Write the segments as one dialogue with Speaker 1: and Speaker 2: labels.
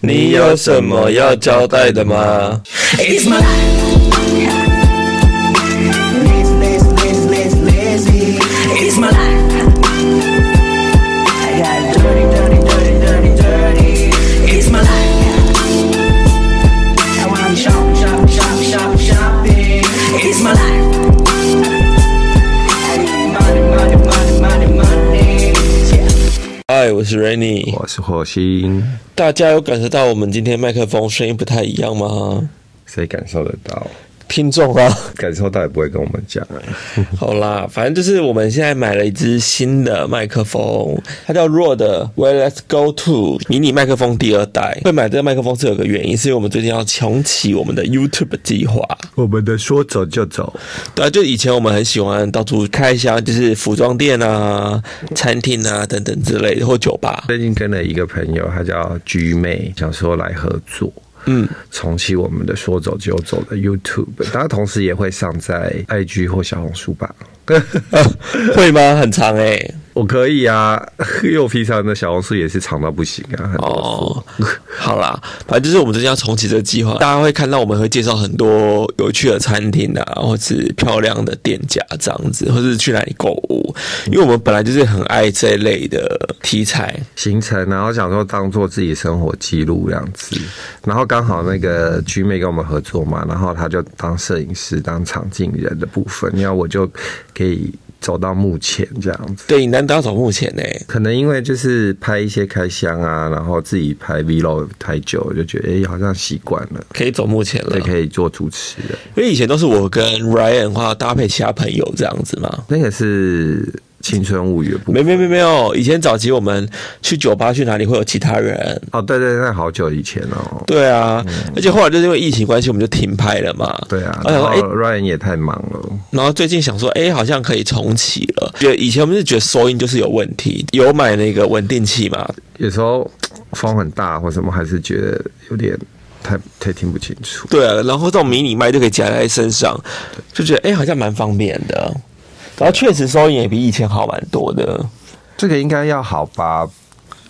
Speaker 1: 你有什么要交代的吗？
Speaker 2: It's my life. Lazy, lazy, lazy, lazy, lazy. It's my life. I got dirty, dirty, dirty, dirty, dirty. It's my life. I wanna be shopping, shopping, shopping, shopping, shopping. It's my life. I need money, money, money, money, money. Yeah.
Speaker 1: 嗨，我是 Rainy，
Speaker 3: 我是火星，
Speaker 1: 大家有感受到我们今天麦克风声音不太一样吗？
Speaker 3: 谁感受得到？
Speaker 1: 听众啊，
Speaker 3: 感受到也不会跟我们讲、啊。
Speaker 1: 好啦，反正就是我们现在买了一支新的麦克风，它叫 Rode w e l Let's Go To 迷你麦克风第二代。会买这个麦克风是有个原因，是因为我们最近要重启我们的 YouTube 计划。
Speaker 3: 我们的说走就走，
Speaker 1: 对啊，就以前我们很喜欢到处开箱，就是服装店啊、餐厅啊等等之类的，或酒吧。
Speaker 3: 最近跟了一个朋友，她叫菊妹，想说来合作。嗯，重启我们的说走就走的 YouTube，当然同时也会上在 IG 或小红书 吧。
Speaker 1: 会吗？很长哎、
Speaker 3: 我可以啊， 因为我平常的小红书也是长到不行啊，很多
Speaker 1: 哦， 好啦，反正就是我们最近要重启这个计划，大家会看到我们会介绍很多有趣的餐厅啊，或是漂亮的店家这样子，或是去哪里购物，因为我们本来就是很爱这一类的题材。
Speaker 3: 行程，然后想说当做自己生活记录这样子，然后刚好那个菊妹跟我们合作嘛，然后她就当摄影师、当场景人的部分，然后我就可以走到幕前这样子。
Speaker 1: 对，你难得要走目前呢、
Speaker 3: 可能因为就是拍一些开箱啊，然后自己拍 vlog 太久，我就觉得哎、诶好像习惯了，
Speaker 1: 可以走目前了
Speaker 3: 也。可以做主持人。
Speaker 1: 因为以前都是我跟 Ryan 的话搭配其他朋友这样子嘛。
Speaker 3: 那个是青春物语的 部
Speaker 1: 没
Speaker 3: 分。
Speaker 1: 没没没有，以前早期我们去酒吧去哪里会有其他人，
Speaker 3: 哦，对对，那好久以前哦。
Speaker 1: 对啊，而且后来就是因为疫情关系，我们就停拍了嘛。
Speaker 3: 对啊，
Speaker 1: 我
Speaker 3: 然
Speaker 1: 想
Speaker 3: 后
Speaker 1: 说，哎、
Speaker 3: Ryan 也太忙了，
Speaker 1: 然后最近想说，哎、好像可以重启了。觉得以前我们是觉得收音就是有问题，有买那个稳定器嘛，
Speaker 3: 有时候风很大或什么，还是觉得有点太太听不清楚。
Speaker 1: 对啊，然后这种迷你麦就可以夹在身上，就觉得哎、好像蛮方便的。然后确实收音也比以前好蛮多的，
Speaker 3: 这个应该要好吧？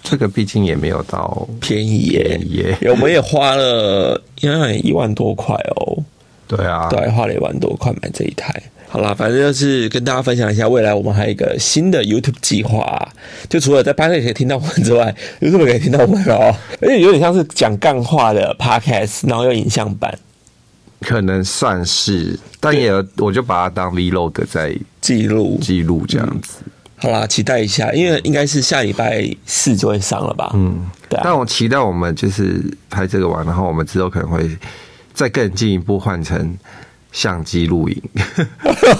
Speaker 3: 这个毕竟也没有到
Speaker 1: 便宜耶、
Speaker 3: 便宜耶
Speaker 1: 我们也花了应该一万多块哦，
Speaker 3: 对啊，
Speaker 1: 对，花了一万多块买这一台。好啦，反正就是跟大家分享一下，未来我们还有一个新的 YouTube 计划、就除了在 Podcast 可以听到我们之外，YouTube 可以听到我们哦，而且有点像是讲干话的 Podcast，然后有影像版
Speaker 3: 可能算是，但也有我就把它当 vlog 在
Speaker 1: 记录。
Speaker 3: 记录这样子。
Speaker 1: 好啦，期待一下，因为应该是下礼拜四就会上了吧？嗯，对啊
Speaker 3: 但，我期待我们就是拍这个完，然后我们之后可能会再更进一步换成相机 录影，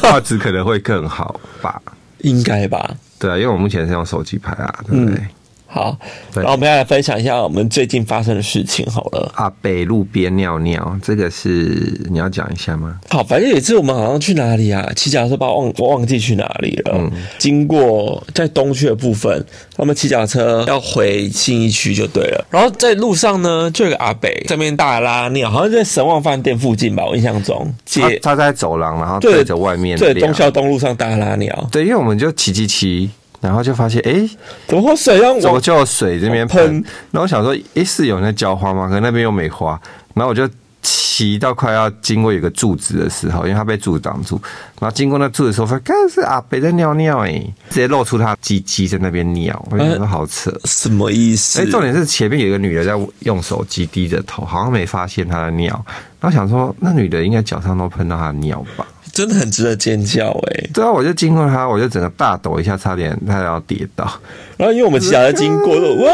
Speaker 3: 画质可能会更好吧？
Speaker 1: 应该吧。
Speaker 3: 对啊，因为我目前是用手机拍啊，对不对？
Speaker 1: 嗯好，
Speaker 3: 对
Speaker 1: 然后我们要来分享一下我们最近发生的事情好了。
Speaker 3: 啊，北路边尿尿，这个是你要讲一下吗？
Speaker 1: 好，反正也是我们好像去哪里啊？骑脚踏车把我忘我忘记去哪里了。
Speaker 3: 嗯
Speaker 1: 经过在东区的部分，他们骑脚踏车要回信义区就对了。然后在路上呢，就有个阿北在那边大拉尿，好像在神旺饭店附近吧，我印象中。
Speaker 3: 他
Speaker 1: 街
Speaker 3: 他在走廊，然后
Speaker 1: 对
Speaker 3: 对着外面
Speaker 1: 对
Speaker 3: 晾
Speaker 1: 东校东路上大拉尿，
Speaker 3: 对，因为我们就骑骑骑，然后就发现哎。诶
Speaker 1: 怎么会水让
Speaker 3: 怎么
Speaker 1: 我？
Speaker 3: 就有水这边
Speaker 1: 喷
Speaker 3: 喷？然后我想说，诶，是有人在浇花吗？可能那边又没花。然后我就骑到快要经过有个柱子的时候，因为它被柱子挡住，然后经过那柱子的时候，发现干是阿北在尿尿诶，直接露出他鸡鸡在那边尿，我就觉
Speaker 1: 呃
Speaker 3: 得好扯。哦
Speaker 1: 什么意思？
Speaker 3: 哎、重点是前面有一个女的在用手机低着头，好像没发现她的尿。然后想说，那女的应该脚上都喷到她的尿吧？
Speaker 1: 真的很值得尖叫哎、
Speaker 3: 对啊，我就经过她，我就整个大抖一下，差点差点要跌倒。
Speaker 1: 然后因为我们骑脚踏车经过，就哇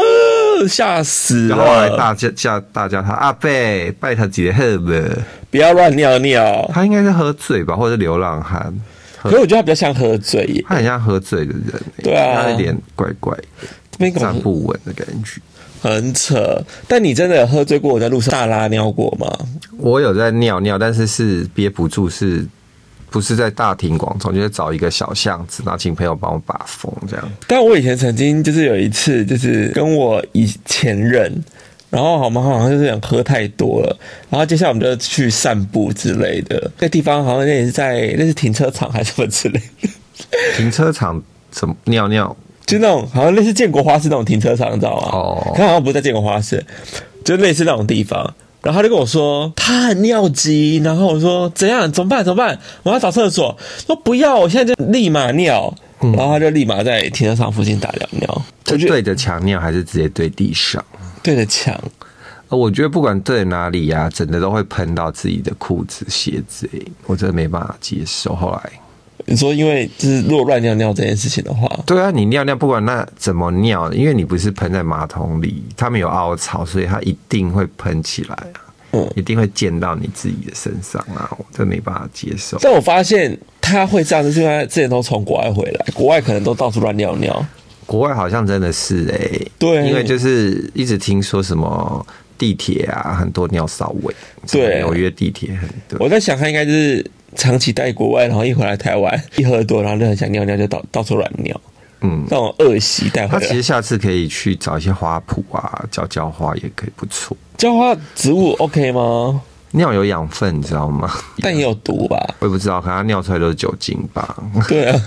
Speaker 1: 吓死
Speaker 3: 然后后来
Speaker 1: 了！
Speaker 3: 大叫叫大叫他阿贝拜他几喝的，
Speaker 1: 不要乱尿尿。
Speaker 3: 他应该是喝醉吧，或者是流浪汉，
Speaker 1: 可是我觉得他比较像喝醉耶，
Speaker 3: 他很像喝醉的人、欸，
Speaker 1: 对啊
Speaker 3: 他有点怪怪的，
Speaker 1: 这边跟我
Speaker 3: 站不稳的感觉。
Speaker 1: 很扯。但你真的有喝醉过，我在路上大拉尿过吗？
Speaker 3: 我有在尿尿，但是是憋不住，是不是在大庭广众，就是找一个小巷子，然后请朋友帮我把风这样。
Speaker 1: 但我以前曾经就是有一次，就是跟我以前任，然后我们好像就是想喝太多了，然后接下来我们就去散步之类的。那地方好像也是在那是停车场还是什么之类的，
Speaker 3: 停车场怎么尿尿？
Speaker 1: 就那种好像类似建国花市那种停车场，你知道吗？
Speaker 3: 哦
Speaker 1: 可好像不是在建国花市。就类似那种地方。然后他就跟我说他很尿急，然后我说怎样怎么办怎么办？我要找厕所，说不要，我现在就立马尿。然后他就立马在停车场附近打量尿，
Speaker 3: 是嗯对着墙尿还是直接对地上？
Speaker 1: 对着墙，
Speaker 3: 呃我觉得不管对哪里呀、整个都会喷到自己的裤子、鞋子、欸，我真的没办法接受。后来，
Speaker 1: 你说因为就是如果乱尿尿这件事情的话，
Speaker 3: 对啊，你尿尿不管那怎么尿，因为你不是喷在马桶里，他们有凹槽，所以它一定会喷起来啊，
Speaker 1: 嗯
Speaker 3: 一定会溅到你自己的身上啊，我真没办法接受。
Speaker 1: 但我发现他会这样，是因为他之前都从国外回来，国外可能都到处乱尿尿。
Speaker 3: 国外好像真的是哎、欸，
Speaker 1: 对
Speaker 3: 因为就是一直听说什么地铁啊，很多尿骚味，
Speaker 1: 对
Speaker 3: 纽约地铁很多。
Speaker 1: 我在想，他应该就是长期待国外，然后一回来台湾， 一喝多，然后就很想尿尿，就到到处乱尿，
Speaker 3: 嗯，
Speaker 1: 那种恶习带回
Speaker 3: 他其实
Speaker 1: 来。
Speaker 3: 下次可以去找一些花圃啊，浇浇花也可以，不错。
Speaker 1: 浇花植物 OK 吗？
Speaker 3: 尿有养分，你知道吗？
Speaker 1: 但也有毒吧？
Speaker 3: 我也不知道，可能它尿出来都是酒精吧。
Speaker 1: 对啊，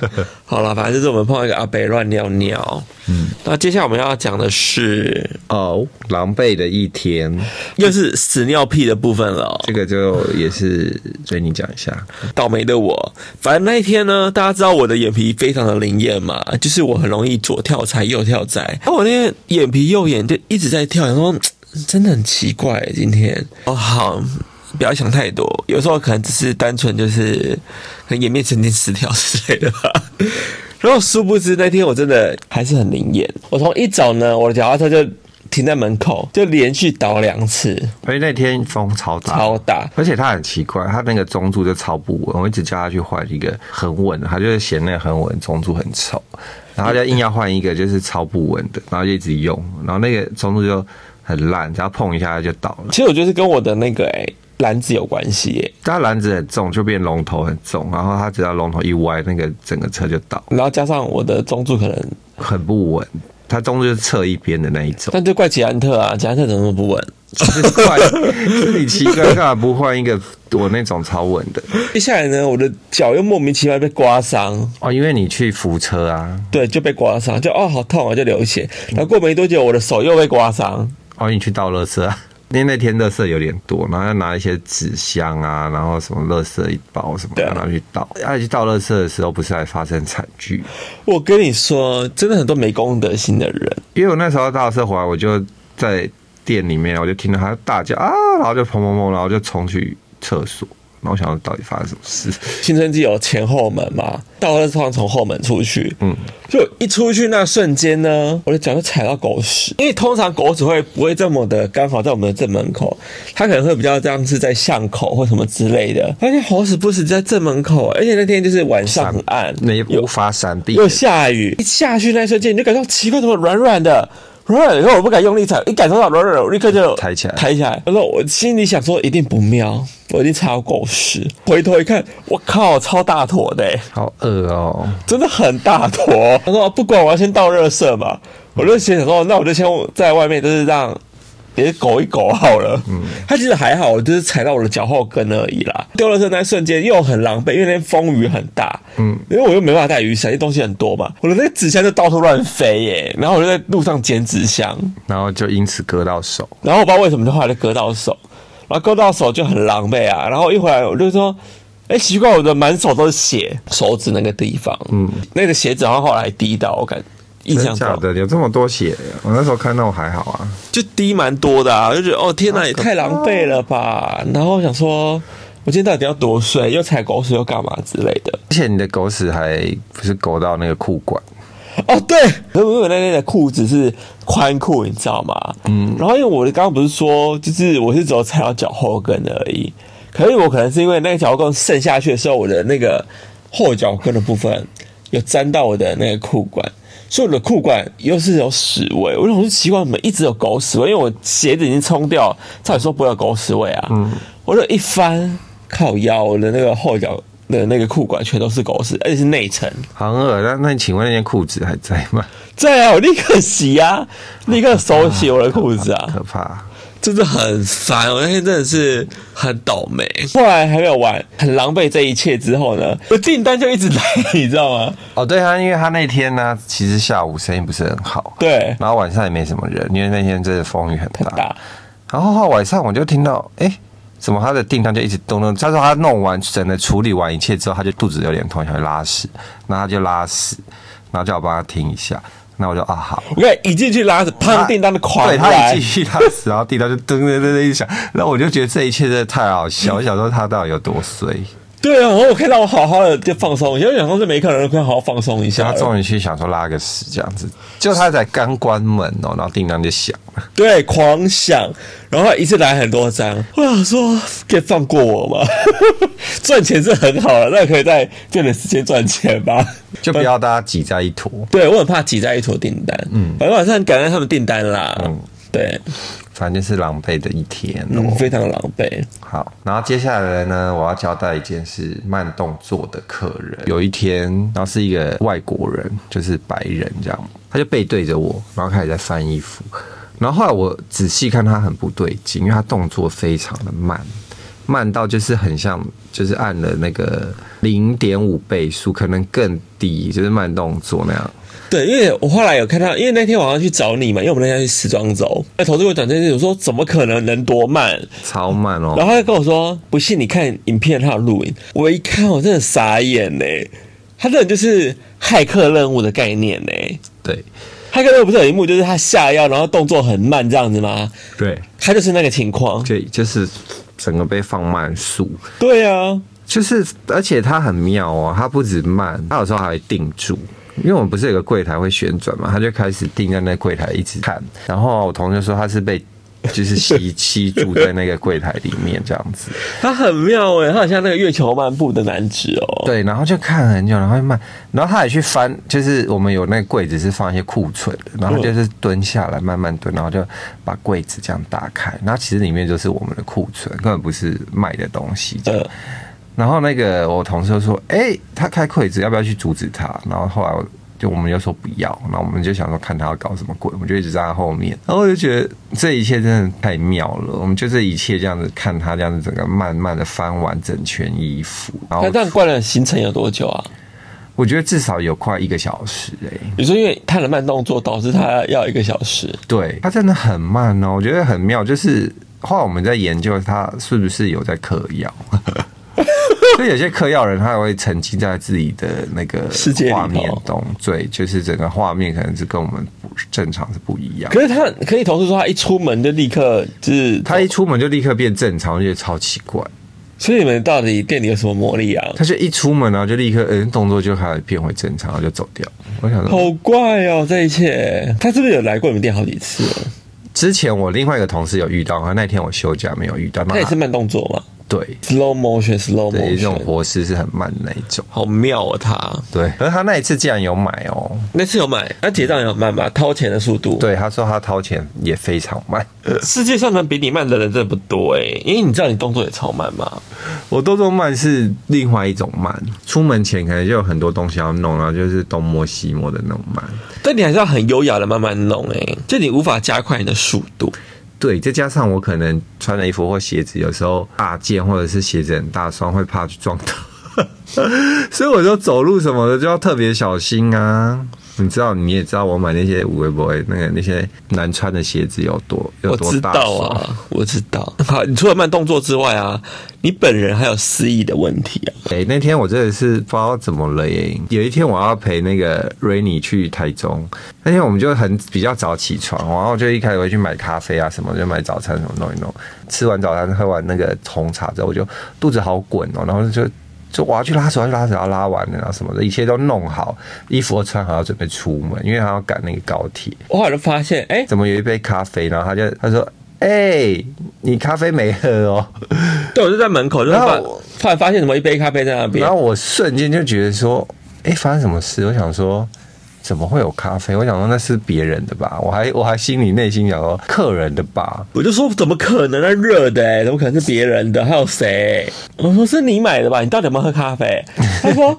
Speaker 1: 好了，反正就是我们碰到一个阿北乱尿尿。嗯，那接下来我们要讲的是，
Speaker 3: 哦，狼狈的一天，
Speaker 1: 又是屎尿屁的部分了哦、
Speaker 3: 这个就也是，所以你讲一下。
Speaker 1: 倒霉的我，反正那一天呢，大家知道我的眼皮非常的灵验嘛，就是我很容易左跳财右跳财，然后我那天眼皮右眼就一直在跳，然后真的很奇怪今天。哦，好，不要想太多，有时候可能只是单纯就是可能颜面神经失调 之类的吧。然后殊不知那天我真的还是很灵验，我从一早呢，我的脚踏车就停在门口，就连续倒两次，
Speaker 3: 而且那天风超大，
Speaker 1: 超大。
Speaker 3: 而且他很奇怪，他那个中柱就超不稳，我一直叫他去换一个很稳的，他就是嫌那个很稳中柱很丑，然后他就硬要换一个就是超不稳的，然后就一直用，然后那个中柱就很烂，只要碰一下它就倒了。
Speaker 1: 其实我觉得是跟我的那个哎、篮子有关系耶、
Speaker 3: 它篮子很重，就变龙头很重，然后它只要龙头一歪，那个整个车就倒，
Speaker 1: 然后加上我的中柱可能，
Speaker 3: 很不稳。它中柱就是侧一边的那一 种，
Speaker 1: 但就怪捷安特啊，捷安特怎么那么不稳？
Speaker 3: 就是怪，是你奇怪干嘛不换一个我那种超稳的？
Speaker 1: 接下来呢，我的脚又莫名其妙被刮伤，
Speaker 3: 哦，因为你去扶车啊，
Speaker 1: 对，就被刮伤，就哦好痛啊，就流血。然后过没多久，我的手又被刮伤，
Speaker 3: 哦，你去倒垃圾啊？因为那天垃圾有点多，然后要拿一些纸箱啊，然后什么垃圾一包什么
Speaker 1: 对啊
Speaker 3: 的，拿去倒。而去倒垃圾的时候，不是还发生惨剧？
Speaker 1: 我跟你说，真的很多没公德心的人，
Speaker 3: 因为我那时候倒垃圾回来，啊我就在店里面，我就听到他大叫啊，然后就砰砰砰，然后就冲去厕所。然后我想说到底发生什么事？
Speaker 1: 青春期有前后门嘛，到了通常从后门出去，嗯，就一出去那瞬间呢，我的脚就踩到狗屎，因为通常狗屎会不会这么的刚好在我们的正门口，它可能会比较像是在巷口或什么之类的，而且好死不死在正门口，而且那天就是晚上很暗，
Speaker 3: 那也无法闪避。
Speaker 1: 又下雨，一下去那一瞬间你就感觉到奇怪，怎么软软的。软软的，然后我不敢用力踩，一感受到软软的，我立刻就
Speaker 3: 抬起来
Speaker 1: 抬起来。然后我心里想说，一定不妙，我一定踩到狗屎。回头一看，我靠，超大坨的、欸，
Speaker 3: 好饿哦！
Speaker 1: 真的很大坨。他说不管，我要先倒热色嘛。我就先想说，那我就先在外面，就是让也狗一狗好了。嗯，他其实还好，就是踩到我的脚后跟而已啦。丢了这那瞬间又很狼狈，因为那天风雨很大。嗯，因为我又没办法带雨伞，因为东西很多嘛。我的那个纸箱就到处乱飞耶、然后我就在路上捡纸箱，
Speaker 3: 然后就因此割到手。
Speaker 1: 然后我不知道为什么就后来就割到手，然后割到手就很狼狈啊。然后一回来我就说，哎、奇怪，我的满手都是血，手指那个地方，嗯，那个鞋子好像后来还滴到，我感印
Speaker 3: 真
Speaker 1: 象
Speaker 3: 的假
Speaker 1: 中
Speaker 3: 的？有这么多血？我那时候看到我还好啊。
Speaker 1: 就滴蛮多的啊，就觉得哦天哪，也太狼狈了吧。然后我想说，我今天到底要多睡，又踩狗屎又干嘛之类的。
Speaker 3: 而且你的狗屎还不是狗到那个裤管，
Speaker 1: 哦，对，可是我那天的裤子是宽裤，你知道吗？嗯，然后因为我刚刚不是说，就是我是只有踩到脚后跟而已，可是我可能是因为那个脚后跟渗下去的时候，我的那个后脚跟的部分有沾到我的那个裤管。所以我的裤管又是有屎味，我想说奇怪，怎么一直有狗屎味？因为我鞋子已经冲掉，照理说不会有狗屎味啊。嗯，我就一翻，靠腰，我的那个后脚的那个裤管全都是狗屎，而且是内层。
Speaker 3: 好饿。那那你请问那件裤子还在吗？
Speaker 1: 对啊，我立刻洗啊，立刻手洗我的裤子啊，
Speaker 3: 可怕。
Speaker 1: 真的很烦。我那天真的是很倒霉。后来还没有完，很狼狈这一切之后呢，我订单就一直来，你知道吗？
Speaker 3: 哦，对啊，因为他那天呢，其实下午生意不是很好，
Speaker 1: 对，
Speaker 3: 然后晚上也没什么人，因为那天真的风雨很大。
Speaker 1: 大
Speaker 3: 然后后来晚上我就听到，哎、怎么他的订单就一直咚咚？他说他弄完整的处理完一切之后，他就肚子有点痛，想去拉屎，那他就拉屎，然后叫我帮他听一下，那我就啊好。
Speaker 1: 你看一进去拉着，
Speaker 3: 他
Speaker 1: 砰，订单的狂
Speaker 3: 对他一
Speaker 1: 来
Speaker 3: 进，去拉屎，然后订单就噔噔噔噔一响，然后我就觉得这一切真的太好笑，我想说他到底有多衰。
Speaker 1: 对啊，我我可以让我好好的就放松一下，因为想说这每一个人都可以好好放松一
Speaker 3: 然
Speaker 1: 下
Speaker 3: 后。终于去想说拉个屎这样子，就他才刚关门哦，然后订单就响了。
Speaker 1: 对，狂想，然后一次来很多张，我想说可以放过我吗？ 赚钱是很好了，那可以在这点时间赚钱吧。
Speaker 3: 就不要大家挤在一坨。
Speaker 1: 对我很怕挤在一坨订单，嗯，反正晚上很感恩他们订单啦，嗯
Speaker 3: 嗯，
Speaker 1: 对，
Speaker 3: 反正就是狼狈的一天哦。
Speaker 1: 嗯，非常狼狈。
Speaker 3: 好，然后接下来呢，我要交代一件事：慢动作的客人。有一天，然后是一个外国人，就是白人这样，他就背对着我，然后开始在翻衣服。然后后来我仔细看他很不对劲，因为他动作非常的慢，慢到就是很像就是按了那个零点五倍速，可能更低，就是慢动作那样。
Speaker 1: 对，因为我后来有看到，因为那天晚上去找你嘛，因为我们那天去时装周，那投资给我讲这件事，我说怎么可能能多慢？
Speaker 3: 超慢哦！
Speaker 1: 然后他就跟我说：“不信你看影片，他有录影。”我一看，我真的傻眼呢、他这人就是骇客任务的概念呢、
Speaker 3: 对
Speaker 1: 骇客任务不是有一幕就是他下药，然后动作很慢这样子吗？
Speaker 3: 对，
Speaker 1: 他就是那个情况。
Speaker 3: 就就是整个被放慢速，
Speaker 1: 对啊，
Speaker 3: 就是而且它很妙哦，它不止慢，它有时候还会定住。因为我们不是有个柜台会旋转嘛，他就开始定在那柜台一直看。然后我同学说他是被就是吸吸住在那个柜台里面这样子，
Speaker 1: 他很妙哎、他很像那个月球漫步的男子哦、
Speaker 3: 对，然后就看很久，然后慢，然后他也去翻，就是我们有那个柜子是放一些库存的，然后他就是蹲下来慢慢蹲，然后就把柜子这样打开，然后其实里面就是我们的库存，根本不是卖的东西这样。
Speaker 1: 呃
Speaker 3: 然后那个我同事就说：“哎、他开柜子，要不要去阻止他？”然后后来我就我们就说不要，然后我们就想说看他要搞什么鬼，我们就一直在他后面。然后我就觉得这一切真的太妙了，我们就这一切这样子看他这样子整个慢慢的翻完整圈衣服，然后
Speaker 1: 他这样灌了行程有多久啊？
Speaker 3: 我觉得至少有快一个小时哎、
Speaker 1: 你说因为他的慢动作导致他要一个小时，
Speaker 3: 对他真的很慢哦，我觉得很妙，就是后来我们在研究他是不是有在嗑 药。所以有些嗑药人，他也会沉浸在自己的那个
Speaker 1: 世界里头
Speaker 3: 画面中，对，就是整个画面可能是跟我们不正常是不一样。
Speaker 1: 可是他可以投诉说他一出门就立刻就是
Speaker 3: 他一出门就立刻变正常，我觉得超奇怪。
Speaker 1: 所以你们到底店里有什么魔力啊？
Speaker 3: 他就一出门然后就立刻，嗯、动作就开始变回正常，然后就走掉。我想说，
Speaker 1: 好怪哦，这一切。他是不是有来过你们店好几次了？
Speaker 3: 之前我另外一个同事有遇到，他那天我休假没有遇到，那
Speaker 1: 他也是慢动作嘛
Speaker 3: 对
Speaker 1: ，slow motion，slow
Speaker 3: 对，这种
Speaker 1: motion，
Speaker 3: 活尸是很慢的那一种。
Speaker 1: 好妙哦，他
Speaker 3: 对，可是他那一次竟然有买哦。
Speaker 1: 那次有买，他结账有慢嘛，掏钱的速度。，
Speaker 3: 对，他说他掏钱也非常慢，
Speaker 1: 世界上能比你慢的人真的不多哎、因为你知道你动作也超慢嘛。
Speaker 3: 我动作慢是另外一种慢。出门前可能就有很多东西要弄，然后就是东摸西摸的那种慢。
Speaker 1: 但你还是要很优雅的慢慢弄哎、就你无法加快你的速度。
Speaker 3: 对，再加上我可能穿的衣服或鞋子有时候大件，或者是鞋子很大双，会怕去撞到， 所以我就走路什么的就要特别小心啊。你知道，你也知道，我买那些五维博那个那些难穿的鞋子有多有
Speaker 1: 我
Speaker 3: 多
Speaker 1: 知
Speaker 3: 大
Speaker 1: 道
Speaker 3: 双
Speaker 1: 啊，我知道。好，你除了慢动作之外啊，你本人还有失忆的问题啊。
Speaker 3: 哎、那天我真的是不知道怎么了耶。有一天我要陪那个 Rainy 去台中，那天我们就很比较早起床，然后就一开始会去买咖啡啊什么，就买早餐什么弄一弄。吃完早餐喝完那个红茶之后，我就肚子好滚哦、然后就就我要去拉屎，我要去拉屎，要拉完了，然后什么的，一切都弄好，衣服都穿好，要准备出门，因为还要赶那个高铁。
Speaker 1: 我好像发现，哎、
Speaker 3: 怎么有一杯咖啡？然后他就他说：“哎、你咖啡没喝哦。”
Speaker 1: 对，我就在门口，就是
Speaker 3: 然后
Speaker 1: 发
Speaker 3: 我
Speaker 1: 突然发现怎么一杯咖啡在那边
Speaker 3: 然，后我瞬间就觉得说，哎、发生什么事？我想说，怎么会有咖啡？我想说那是别人的吧，我还我还心里内心想说，客人的吧。
Speaker 1: 我就说怎么可能那热的、欸？怎么可能是别人的？还有谁？我说是你买的吧？你到底有没有喝咖啡？他说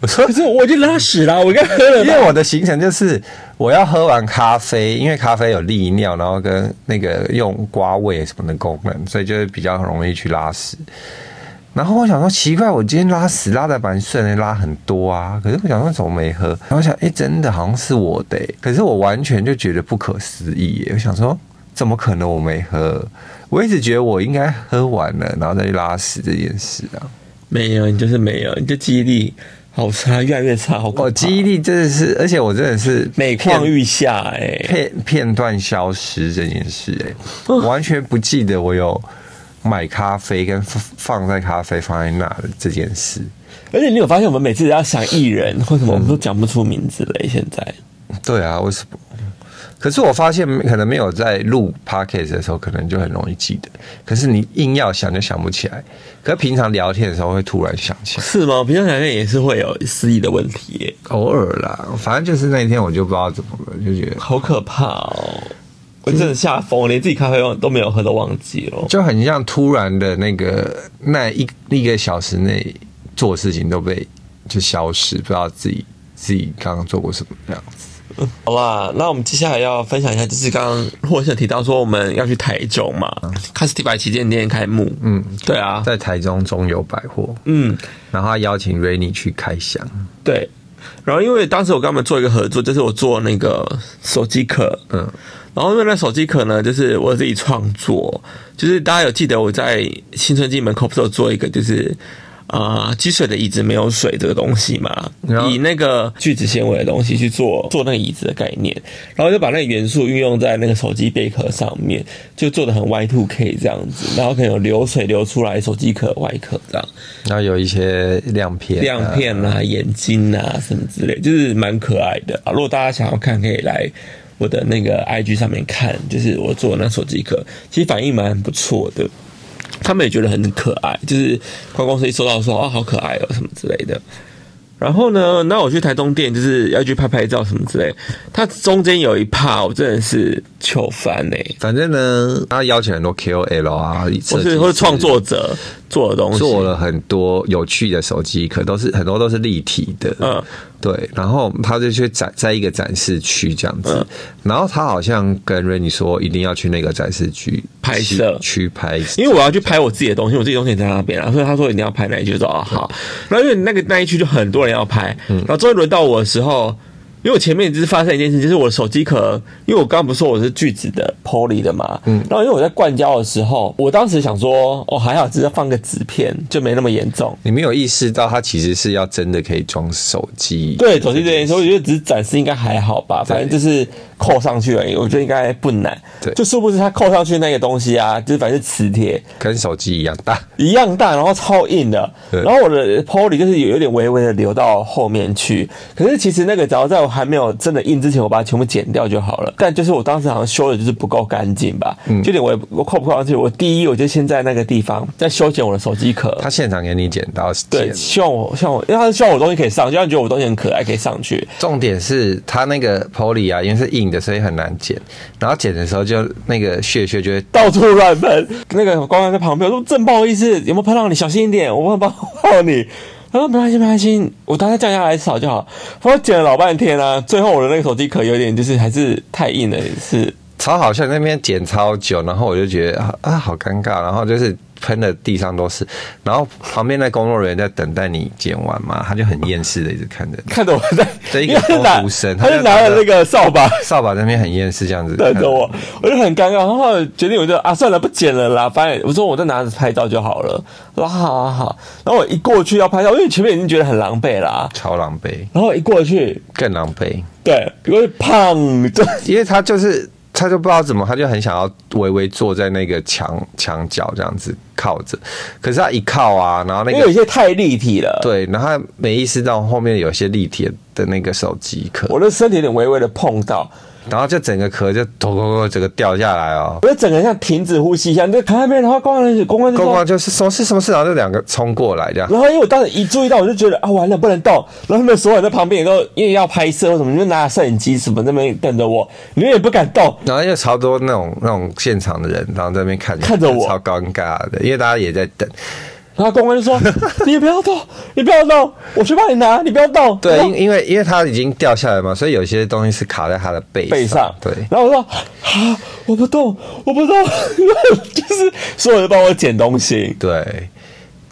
Speaker 3: 我说
Speaker 1: 可，是我已经拉屎了，我应该喝了
Speaker 3: 因
Speaker 1: 吧。
Speaker 3: 为我的行程就是我要喝完咖啡，因为咖啡有利尿，然后跟那个用刮胃什么的功能，所以就是比较容易去拉屎。然后我想说奇怪，我今天拉屎拉的蛮顺的，拉很多啊。可是我想说怎么没喝？ 然后我想，哎，真的好像是我的、欸。可是我完全就觉得不可思议、欸，我想说。怎么可能我没喝？我一直觉得我应该喝完了，然后再去拉屎这件事啊。
Speaker 1: 没有，你就是没有，你的记忆力好差，越来越差，好可怕。
Speaker 3: 我哦记忆力真的是，而且我真的是
Speaker 1: 每况愈下、哎，
Speaker 3: 片片段消失这件事、欸，哎，完全不记得我有买咖啡跟放放在咖啡放在那的这件事。
Speaker 1: 而且你有发现，我们每次只要想艺人或什么，我们都
Speaker 3: 嗯
Speaker 1: 讲不出名字嘞、现在
Speaker 3: 对啊，为什么？可是我发现，可能没有在录 podcast 的时候，可能就很容易记得。可是你硬要想就想不起来。可是平常聊天的时候会突然想起来，
Speaker 1: 是吗？平常想想也是会有失忆的问题、耶
Speaker 3: 偶尔啦。反正就是那一天我就不知道怎么了，就觉得
Speaker 1: 好可怕哦！我真的吓疯，我连自己咖啡忘都没有喝，都忘记了。
Speaker 3: 就很像突然的那个那一一个小时内做事情都被就消失，不知道自己自己刚刚做过什么这样子。
Speaker 1: 好啦，那我们接下来要分享一下，就是刚刚霍先提到说我们要去台中嘛，开始第百旗舰店开幕。嗯，对啊，
Speaker 3: 在台中中友百货，
Speaker 1: 嗯，
Speaker 3: 然后他邀请 Rainy 去开箱，
Speaker 1: 对。然后因为当时我跟他们做一个合作，就是我做那个手机壳，嗯，然后因为那手机壳呢，就是我自己创作，就是大家有记得我在新春季门口不是有做一个就是。啊、积水的椅子没有水这个东西嘛
Speaker 3: 然，后
Speaker 1: 以那个聚酯纤维的东西去做做那个椅子的概念，然后就把那个元素运用在那个手机贝壳上面，就做的很 Y two K 这样子，然后可能有流水流出来，手机壳、外壳这样，
Speaker 3: 然后有一些亮片、啊，
Speaker 1: 亮片啊、眼睛啊什么之类，就是蛮可爱的啊。如果大家想要看，可以来我的那个 IG 上面看，就是我做的那手机壳，其实反应蛮不错的。他们也觉得很可爱，就是观光公司一收到说啊、好可爱哦什么之类的。然后呢，那我去台东店就是要去拍拍照什么之类，它中间有一趴我真的是糗翻嘞、
Speaker 3: 反正呢，他邀请很多 KOL 啊，
Speaker 1: 我
Speaker 3: 或
Speaker 1: 是或是创作者做的东西，
Speaker 3: 做了很多有趣的手机壳，都是很多都是立体的，
Speaker 1: 嗯，
Speaker 3: 对。然后他就去展在一个展示区这样子，
Speaker 1: 嗯
Speaker 3: 然后他好像跟 Rainy 说一定要去那个展示区
Speaker 1: 拍摄
Speaker 3: 区拍，
Speaker 1: 因为我要去拍我自己的东西，我自己的东西也在那边啊，所以他说一定要拍那一区，我说哦好。然后因为那个那一区就很多人要拍，然后终于轮到我的时候，因为我前面就是发生一件事，就是我的手机壳，因为我刚刚不是说我是锯子的 Poly 的嘛，然后因为我在灌胶的时候，我当时想说哦还好，只是放个纸片就没那么严重。
Speaker 3: 你没有意识到它其实是要真的可以装手机，
Speaker 1: 对，手机这件事，我觉得只是展示应该还好吧，反正就是扣上去而已，我觉得应该不难。
Speaker 3: 对
Speaker 1: 就殊不知它扣上去那个东西啊，就是反正是磁铁，
Speaker 3: 跟手机一样大，
Speaker 1: 一样大，然后超硬的。
Speaker 3: 对
Speaker 1: 然后我的 Poly 就是有有点微微的流到后面去，可是其实那个只要在我还没有真的硬之前，我把它全部剪掉就好了。但就是我当时好像修的就是不够干净吧，
Speaker 3: 嗯
Speaker 1: 就有点我也不我扣不扣上去。我第一，我就先在那个地方在修剪我的手机壳。
Speaker 3: 他现场给你剪刀剪。
Speaker 1: 对，希望我希望我，因为他是希望我的东西可以上，就像觉得我东西很可爱，可以上去。
Speaker 3: 重点是它那个 poly 啊，因为是硬的，所以很难剪。然后剪的时候就那个屑屑就会
Speaker 1: 到处乱喷。那个光光在旁边，我说真不好意思，有没有喷到你？小心一点，我会帮到你。他说没关系，没关系，我当下降下来扫就好。我剪了老半天啊，最后我的那个手机壳有点就是还是太硬了，是
Speaker 3: 超好笑，那边剪超久，然后我就觉得啊啊好尴尬，然后就是喷的地上都是，然后旁边的工作人员在等待你剪完嘛，他就很厌世的一直看着你，
Speaker 1: 看着我在，
Speaker 3: 这一个
Speaker 1: 因为他拿
Speaker 3: 偷读生
Speaker 1: 他就拿了那个扫把。
Speaker 3: 扫把在那边很厌世这样子
Speaker 1: 等着我， 我就很尴尬，然后后来决定我就啊算了，不剪了啦，反正我说我再拿着拍照就好了。我说好好好，然后我一过去要拍照，因为前面已经觉得很狼狈啦、
Speaker 3: 超狼狈，
Speaker 1: 然后一过去，
Speaker 3: 更狼狈，
Speaker 1: 对，因为胖，就
Speaker 3: 因为他就是他就不知道怎么，他就很想要微微坐在那个墙墙角这样子靠着，可是他一靠啊，然后那
Speaker 1: 因为有
Speaker 3: 个
Speaker 1: 些太立体了。
Speaker 3: 对，然后他没意识到后面有些立体的那个手机壳，
Speaker 1: 我的身体有点微微的碰到，
Speaker 3: 然后就整个壳就咚咚咚整个掉下来哦。
Speaker 1: 我就整个人像停止呼吸一样，就看那边，然后公安公安就
Speaker 3: 公
Speaker 1: 说
Speaker 3: 光就是什么事什么事，然后就两个冲过来这样。
Speaker 1: 然后因为我当时一注意到，我就觉得啊完了不能动，然后他们所有人在旁边也都因为要拍摄或什么，就拿着摄影机什么在那边等着我，你们也不敢动，
Speaker 3: 然后又超多那种那种现场的人，然后在那边看
Speaker 1: 看着我
Speaker 3: 超尴尬的，因为大家也在等。
Speaker 1: 然后公安就 说你不要动，你不要动，我去帮你拿，你不要动，
Speaker 3: 对，
Speaker 1: 然后
Speaker 3: 因因为因为他已经掉下来嘛，所以有些东西是卡在他的背
Speaker 1: 背上，
Speaker 3: 对，
Speaker 1: 然后我说啊我 不动，我不动，就是所有人帮我捡东西，
Speaker 3: 对。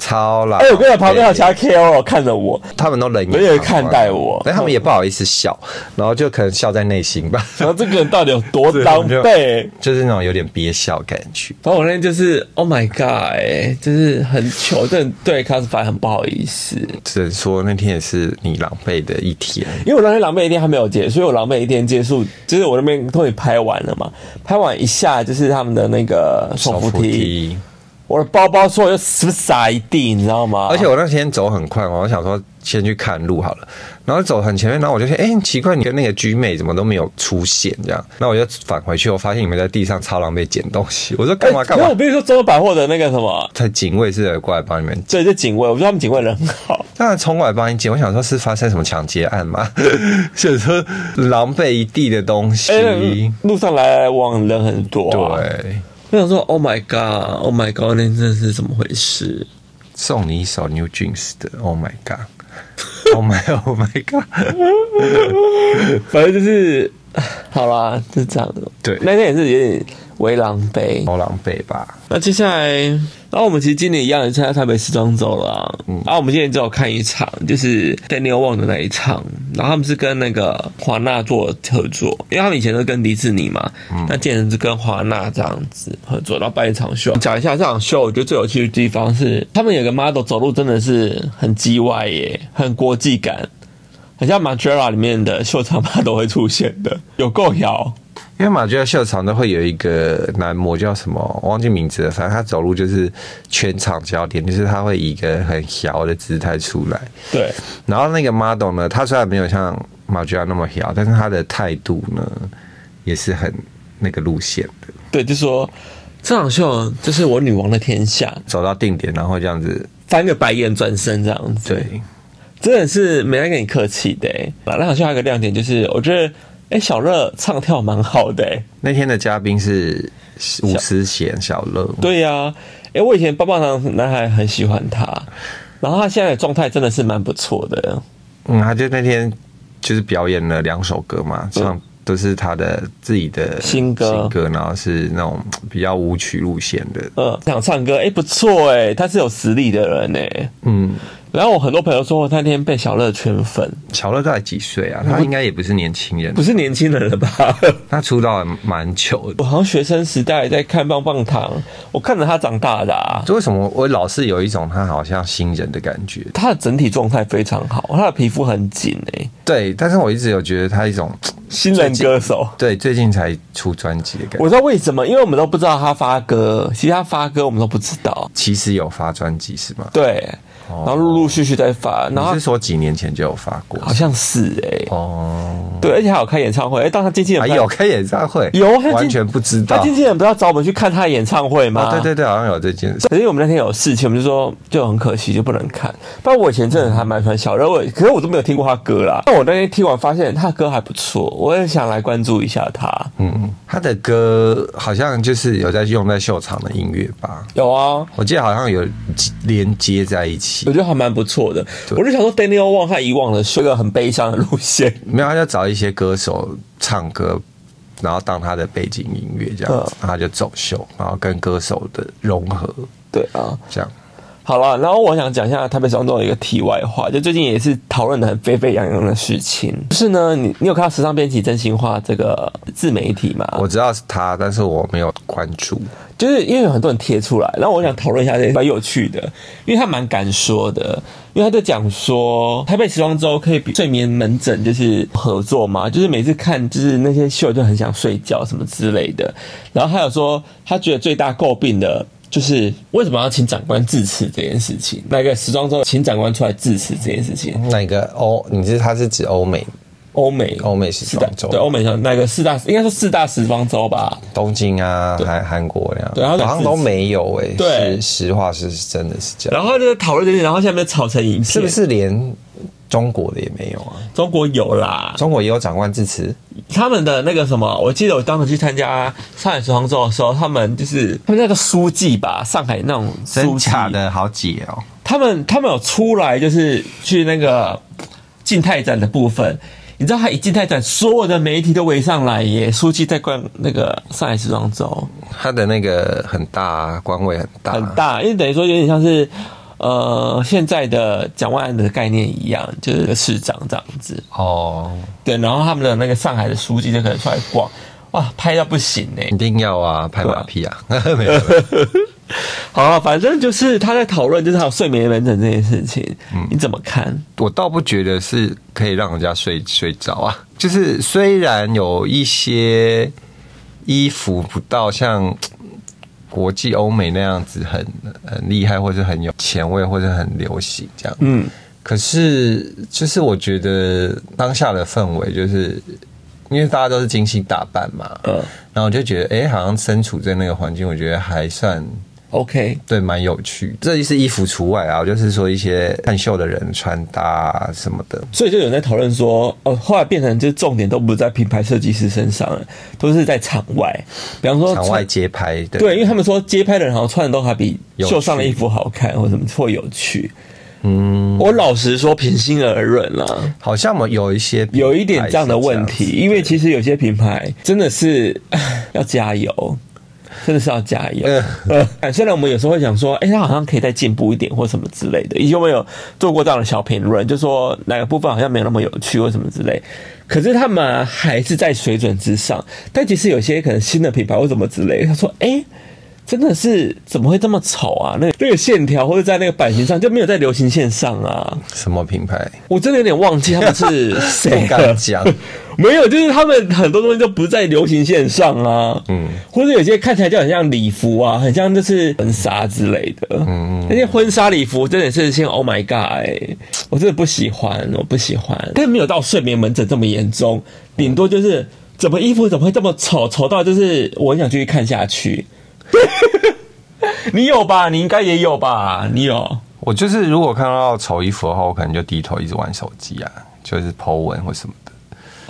Speaker 3: 超老。
Speaker 1: 哎、我跟你讲，旁边还有其他 KOL 看着我，
Speaker 3: 他们都冷
Speaker 1: 没有人
Speaker 3: 眼
Speaker 1: 看待我
Speaker 3: 但他们也不好意思笑，然后就可能笑在内心吧，
Speaker 1: 然后这个人到底有多狼狈？
Speaker 3: 就是那种有点憋笑感觉。
Speaker 1: 然后我那天就是 Oh my God，哎、就是很糗，真的对 cosplay 很不好意思，
Speaker 3: 只能说那天也是你狼狈的一天。
Speaker 1: 因为我那天狼狈一天还没有结束，所以我狼狈一天结束，就是我那边终于拍完了嘛，拍完一下就是他们的那个手扶梯，，我的包包所有又是不是撒一地，你知道吗？
Speaker 3: 而且我那天走很快嘛，我想说先去看路好了，然后走很前面，然后我就说，哎、奇怪，你跟那个居妹怎么都没有出现这样？那我就返回去，我发现你们在地上超狼狈捡东西，我说干嘛
Speaker 1: 哎
Speaker 3: 干
Speaker 1: 可
Speaker 3: 嘛
Speaker 1: 是我？必须说，中国百货的那个什么，
Speaker 3: 他警卫是有过来帮你们，
Speaker 1: 对，就警卫，我觉得他们警卫人很好。
Speaker 3: 当然冲过来帮你捡。我想说，是发生什么抢劫案吗？想说狼狈一地的东西。
Speaker 1: 哎、 路上来来往人很多、啊，。
Speaker 3: 嗯对，
Speaker 1: 我想说，Oh my God，Oh my God，那天真的是怎么回事？
Speaker 3: 送你一首 New Jeans 的，Oh my God，Oh my Oh my God，
Speaker 1: 反正就是，好啦，就是这样的。
Speaker 3: 对
Speaker 1: 那天也是有点微狼狈。
Speaker 3: 好狼狈吧？
Speaker 1: 那接下来，然后我们其实今年一样也参加台北时装周了、啊。嗯，然后我们今年只有看一场，就是 Daniel Wang 的那一场。然后他们是跟那个华纳做合作，因为他们以前都跟迪士尼嘛，那今年是跟华纳这样子合作，然后办一场秀。讲一下这场秀，我觉得最有趣的地方是，他们有个 model 走路真的是很叽歪耶，很国际感。很像 m a g e r a 里面的秀场 model 会出现的，有够摇，
Speaker 3: 因为马吉亚秀场都会有一个男模叫什么，我忘记名字了，反正他走路就是全场焦点，就是他会以一个很摇的姿态出来。
Speaker 1: 对，
Speaker 3: 然后那个 model 呢，他虽然没有像马吉亚那么摇，但是他的态度呢，也是很那个路线的。
Speaker 1: 对，就说这场秀这是我女王的天下，
Speaker 3: 走到定点，然后这样子，
Speaker 1: 翻个白眼转身这样子。，
Speaker 3: 对，
Speaker 1: 真的是没在跟你客气的、欸。那好像还有一个亮点就是，我觉得哎、欸小乐唱跳蛮好的、欸。
Speaker 3: 那天的嘉宾是伍思贤、小乐，
Speaker 1: 对呀、哎、我以前棒棒糖男孩很喜欢他，然后他现在的状态真的是蛮不错的。
Speaker 3: 嗯，他就那天就是表演了两首歌嘛，唱都是他的自己的
Speaker 1: 嗯新歌
Speaker 3: 新歌，然后是那种比较舞曲路线的，
Speaker 1: 嗯，想唱歌，哎、不错哎、他是有实力的人哎、
Speaker 3: 嗯。
Speaker 1: 然后我很多朋友说，我那天被小乐圈粉，
Speaker 3: 小乐到底几岁啊？他应该也不是年轻人
Speaker 1: 不，是年轻人了吧？
Speaker 3: 他出道蛮久
Speaker 1: 我。
Speaker 3: 的
Speaker 1: 好像学生时代在看棒棒糖，我看着他长大的啊。
Speaker 3: 为什么我老是有一种他好像新人的感觉？
Speaker 1: 他的整体状态非常好，他的皮肤很紧哎、
Speaker 3: 对，但是我一直有觉得他一种
Speaker 1: 新人歌手。
Speaker 3: 对最近才出专辑的感觉。
Speaker 1: 我知道为什么，因为我们都不知道他发歌，其实他发歌我们都不知道。哦
Speaker 3: 其实有发专辑是吗？
Speaker 1: 对，然后陆陆续续在发，然后
Speaker 3: 你是说几年前就有发过？
Speaker 1: 好像是哎、
Speaker 3: 哦，
Speaker 1: 对，而且还有开演唱会。哎、当他经纪人
Speaker 3: 还
Speaker 1: 不知
Speaker 3: 有
Speaker 1: 道
Speaker 3: 开演唱会？
Speaker 1: 有他经
Speaker 3: 完全不知
Speaker 1: 他
Speaker 3: 道。
Speaker 1: 经纪人不是要找我们去看他的演唱会吗？
Speaker 3: 哦，对。对对，好像有这件事。
Speaker 1: 可是我们那天有事情，我们就说就很可惜，就不能看。不然我以前真的还蛮喜欢小乐，我也可是我都没有听过他歌啦。但我那天听完发现他的歌还不错，我也想来关注一下他。
Speaker 3: 嗯，他的歌好像就是有在用在秀场的音乐吧？
Speaker 1: 有啊，
Speaker 3: 我记得好像有连接在一起
Speaker 1: 我。觉得还蛮不错的。我就想说，Daniel Wang 他以往的是一个很悲伤的路线，
Speaker 3: 没有，他就找一些歌手唱歌，然后当他的背景音乐
Speaker 1: 嗯
Speaker 3: 这样子，然后他就走秀，然后跟歌手的融合
Speaker 1: 对啊。
Speaker 3: 这样。
Speaker 1: 好了，然后我想讲一下台北商周的一个题外话，就最近也是讨论的很沸沸扬扬的事情，就是呢，你你有看到时尚编辑真心话这个自媒体吗？
Speaker 3: 我知道是他，但是我没有关注。
Speaker 1: 就是因为有很多人贴出来，然后我想讨论一下，这蛮有趣的，因为他蛮敢说的，因为他在讲说台北时装周可以比睡眠门诊就是合作嘛，就是每次看就是那些秀就很想睡觉什么之类的，然后还有说他觉得最大诟病的。就是为什么要请长官致辞这件事情？那个时装周请长官出来致辞这件事情，
Speaker 3: 那个欧，你是他是指欧美
Speaker 1: 欧美
Speaker 3: 哦欧美时
Speaker 1: 四大
Speaker 3: 装周
Speaker 1: 对欧美上那个四大应该说四大时装周吧？
Speaker 3: 东京啊，韩韩国那样，
Speaker 1: 对他在
Speaker 3: 好像都没有诶、
Speaker 1: 对
Speaker 3: 是实话是真的是这样，
Speaker 1: 然后就讨论这些，然后下面吵成一片，
Speaker 3: 是不是连中国的也没有啊？
Speaker 1: 中国有啦？
Speaker 3: 中国也有长官致辞，
Speaker 1: 他们的那个什么，我记得我当时去参加上海时装周的时候，他们就是他们那个书记吧，上海那种书记，
Speaker 3: 的好解哦。
Speaker 1: 他们他们有出来就是去那个静态展的部分。你知道他一静态展，所有的媒体都围上来耶！书记在逛那个上海时装周，
Speaker 3: 他的那个很大啊，官位很大，
Speaker 1: 很大，因为等于说有点像是呃现在的蒋万安的概念一样，就是个市长这样子。
Speaker 3: 哦，
Speaker 1: 对，然后他们的那个上海的书记就可能出来逛，哇，拍到不行哎、
Speaker 3: 一定要啊，拍马屁啊， 没有，
Speaker 1: 好啊，反正就是他在讨论，就是还有睡眠门诊这件事情，你怎么看？
Speaker 3: 我倒不觉得是可以让人家睡睡着啊。就是虽然有一些衣服不到像国际欧美那样子很很厉害，或是很有前卫，或是很流行这样，嗯，可是就是我觉得当下的氛围就是。因为大家都是精心打扮嘛，嗯
Speaker 1: 嗯，
Speaker 3: 然后我就觉得，哎、好像身处在那个环境，我觉得还算
Speaker 1: OK，
Speaker 3: 对，蛮有趣。这是衣服除外啊，就是说一些看秀的人穿搭、啊、什么的。
Speaker 1: 所以就有人在讨论说，哦，后来变成就是重点都不是在品牌设计师身上了，都是在场外，比方说
Speaker 3: 场外街拍，哦对
Speaker 1: 对，因为他们说街拍的人好像穿的都还比
Speaker 3: 有
Speaker 1: 秀上的
Speaker 3: 趣
Speaker 1: 衣服好看，或什么或有趣。嗯，我老实说，平心而论啦、
Speaker 3: 好像我有一些
Speaker 1: 有一点这样的问题，
Speaker 3: 品牌是这样子
Speaker 1: 因为其实有些品牌真的是要加油，真的是要加油。
Speaker 3: 嗯
Speaker 1: 呃，虽然我们有时候会想说，哎、他好像可以再进步一点或什么之类的，以前我们有做过这样的小评论，就说哪个部分好像没有那么有趣或什么之类。可是他们还是在水准之上，但其实有些可能新的品牌或什么之类的，他说，哎、真的是怎么会这么丑啊？那个那个线条或者在那个版型上就没有在流行线上啊！
Speaker 3: 什么品牌？
Speaker 1: 我真的有点忘记他们 是谁
Speaker 3: 不敢
Speaker 1: 了。
Speaker 3: 讲，
Speaker 1: 没有，就是他们很多东西都不在流行线上啊，嗯，或者有些看起来就很像礼服啊，很像就是婚纱之类的，嗯，那些婚纱礼服真的是先 Oh my God，、欸、我真的不喜欢，我不喜欢，但没有到睡眠门诊这么严重，顶多就是怎么衣服怎么会这么丑，丑到就是我很想继续看下 去。你有吧？你应该也有吧？你有？
Speaker 3: 我就是如果看到丑衣服的话，我可能就低头一直玩手机啊，就是 Po 文或什么的。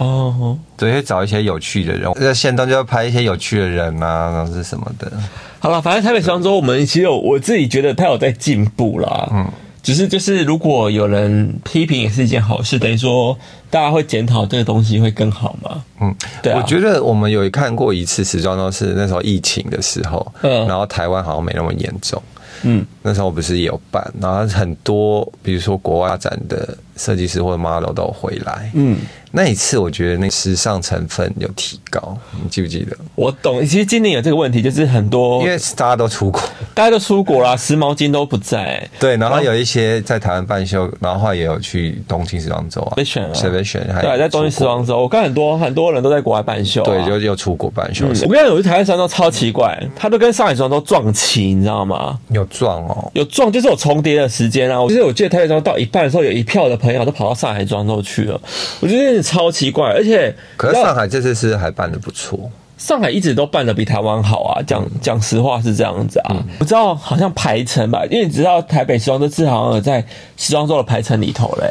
Speaker 1: 哦、
Speaker 3: 对，会找一些有趣的人，在现动就要拍一些有趣的人啊，然后是什么的。
Speaker 1: 好了，反正台北时装周，我们其实有我自己觉得它有在进步啦。嗯，只是就是如果有人批评也是一件好事，等于说大家会检讨这个东西会更好嘛。
Speaker 3: 嗯，
Speaker 1: 对啊
Speaker 3: 我觉得我们有看过一次时装周，是那时候疫情的时候，
Speaker 1: 嗯
Speaker 3: 然后台湾好像没那么严重，
Speaker 1: 嗯，
Speaker 3: 那时候我不是也有办，然后很多比如说国外展的设计师或者 model 都有回来，嗯，那一次我觉得那时尚成分有提高，你记不记得？
Speaker 1: 我懂。其实今年有这个问题，就是很多
Speaker 3: 因为大家都出 国，
Speaker 1: 大家都出国啦，时髦巾都不在。
Speaker 3: 对，然后有一些在台湾办秀，然后后来也有去东京时装周啊，
Speaker 1: 被选了
Speaker 3: 谁被选？还
Speaker 1: 对啊，在东京
Speaker 3: 出
Speaker 1: 时装周，我看很多很多人都在国外办秀、啊。
Speaker 3: 国，对，就又出国办
Speaker 1: 嗯
Speaker 3: 秀，
Speaker 1: 我跟你讲，有一台湾时装周超奇怪，它都跟上海时装周撞齐，你知道吗？
Speaker 3: 有撞哦，
Speaker 1: 有撞，就是有重叠的时间啊。我就是我记得台北庄到一半的时候，有一票的朋友都跑到上海庄州去了，我觉得超奇怪。而且，
Speaker 3: 可是
Speaker 1: 你知道
Speaker 3: 上海这次是还办的不错。
Speaker 1: 上海一直都办的比台湾好啊，讲
Speaker 3: 嗯
Speaker 1: 讲实话是这样子啊。我知道好像排程吧，因为你知道台北时装周次好像有在时装周的排程里头嘞、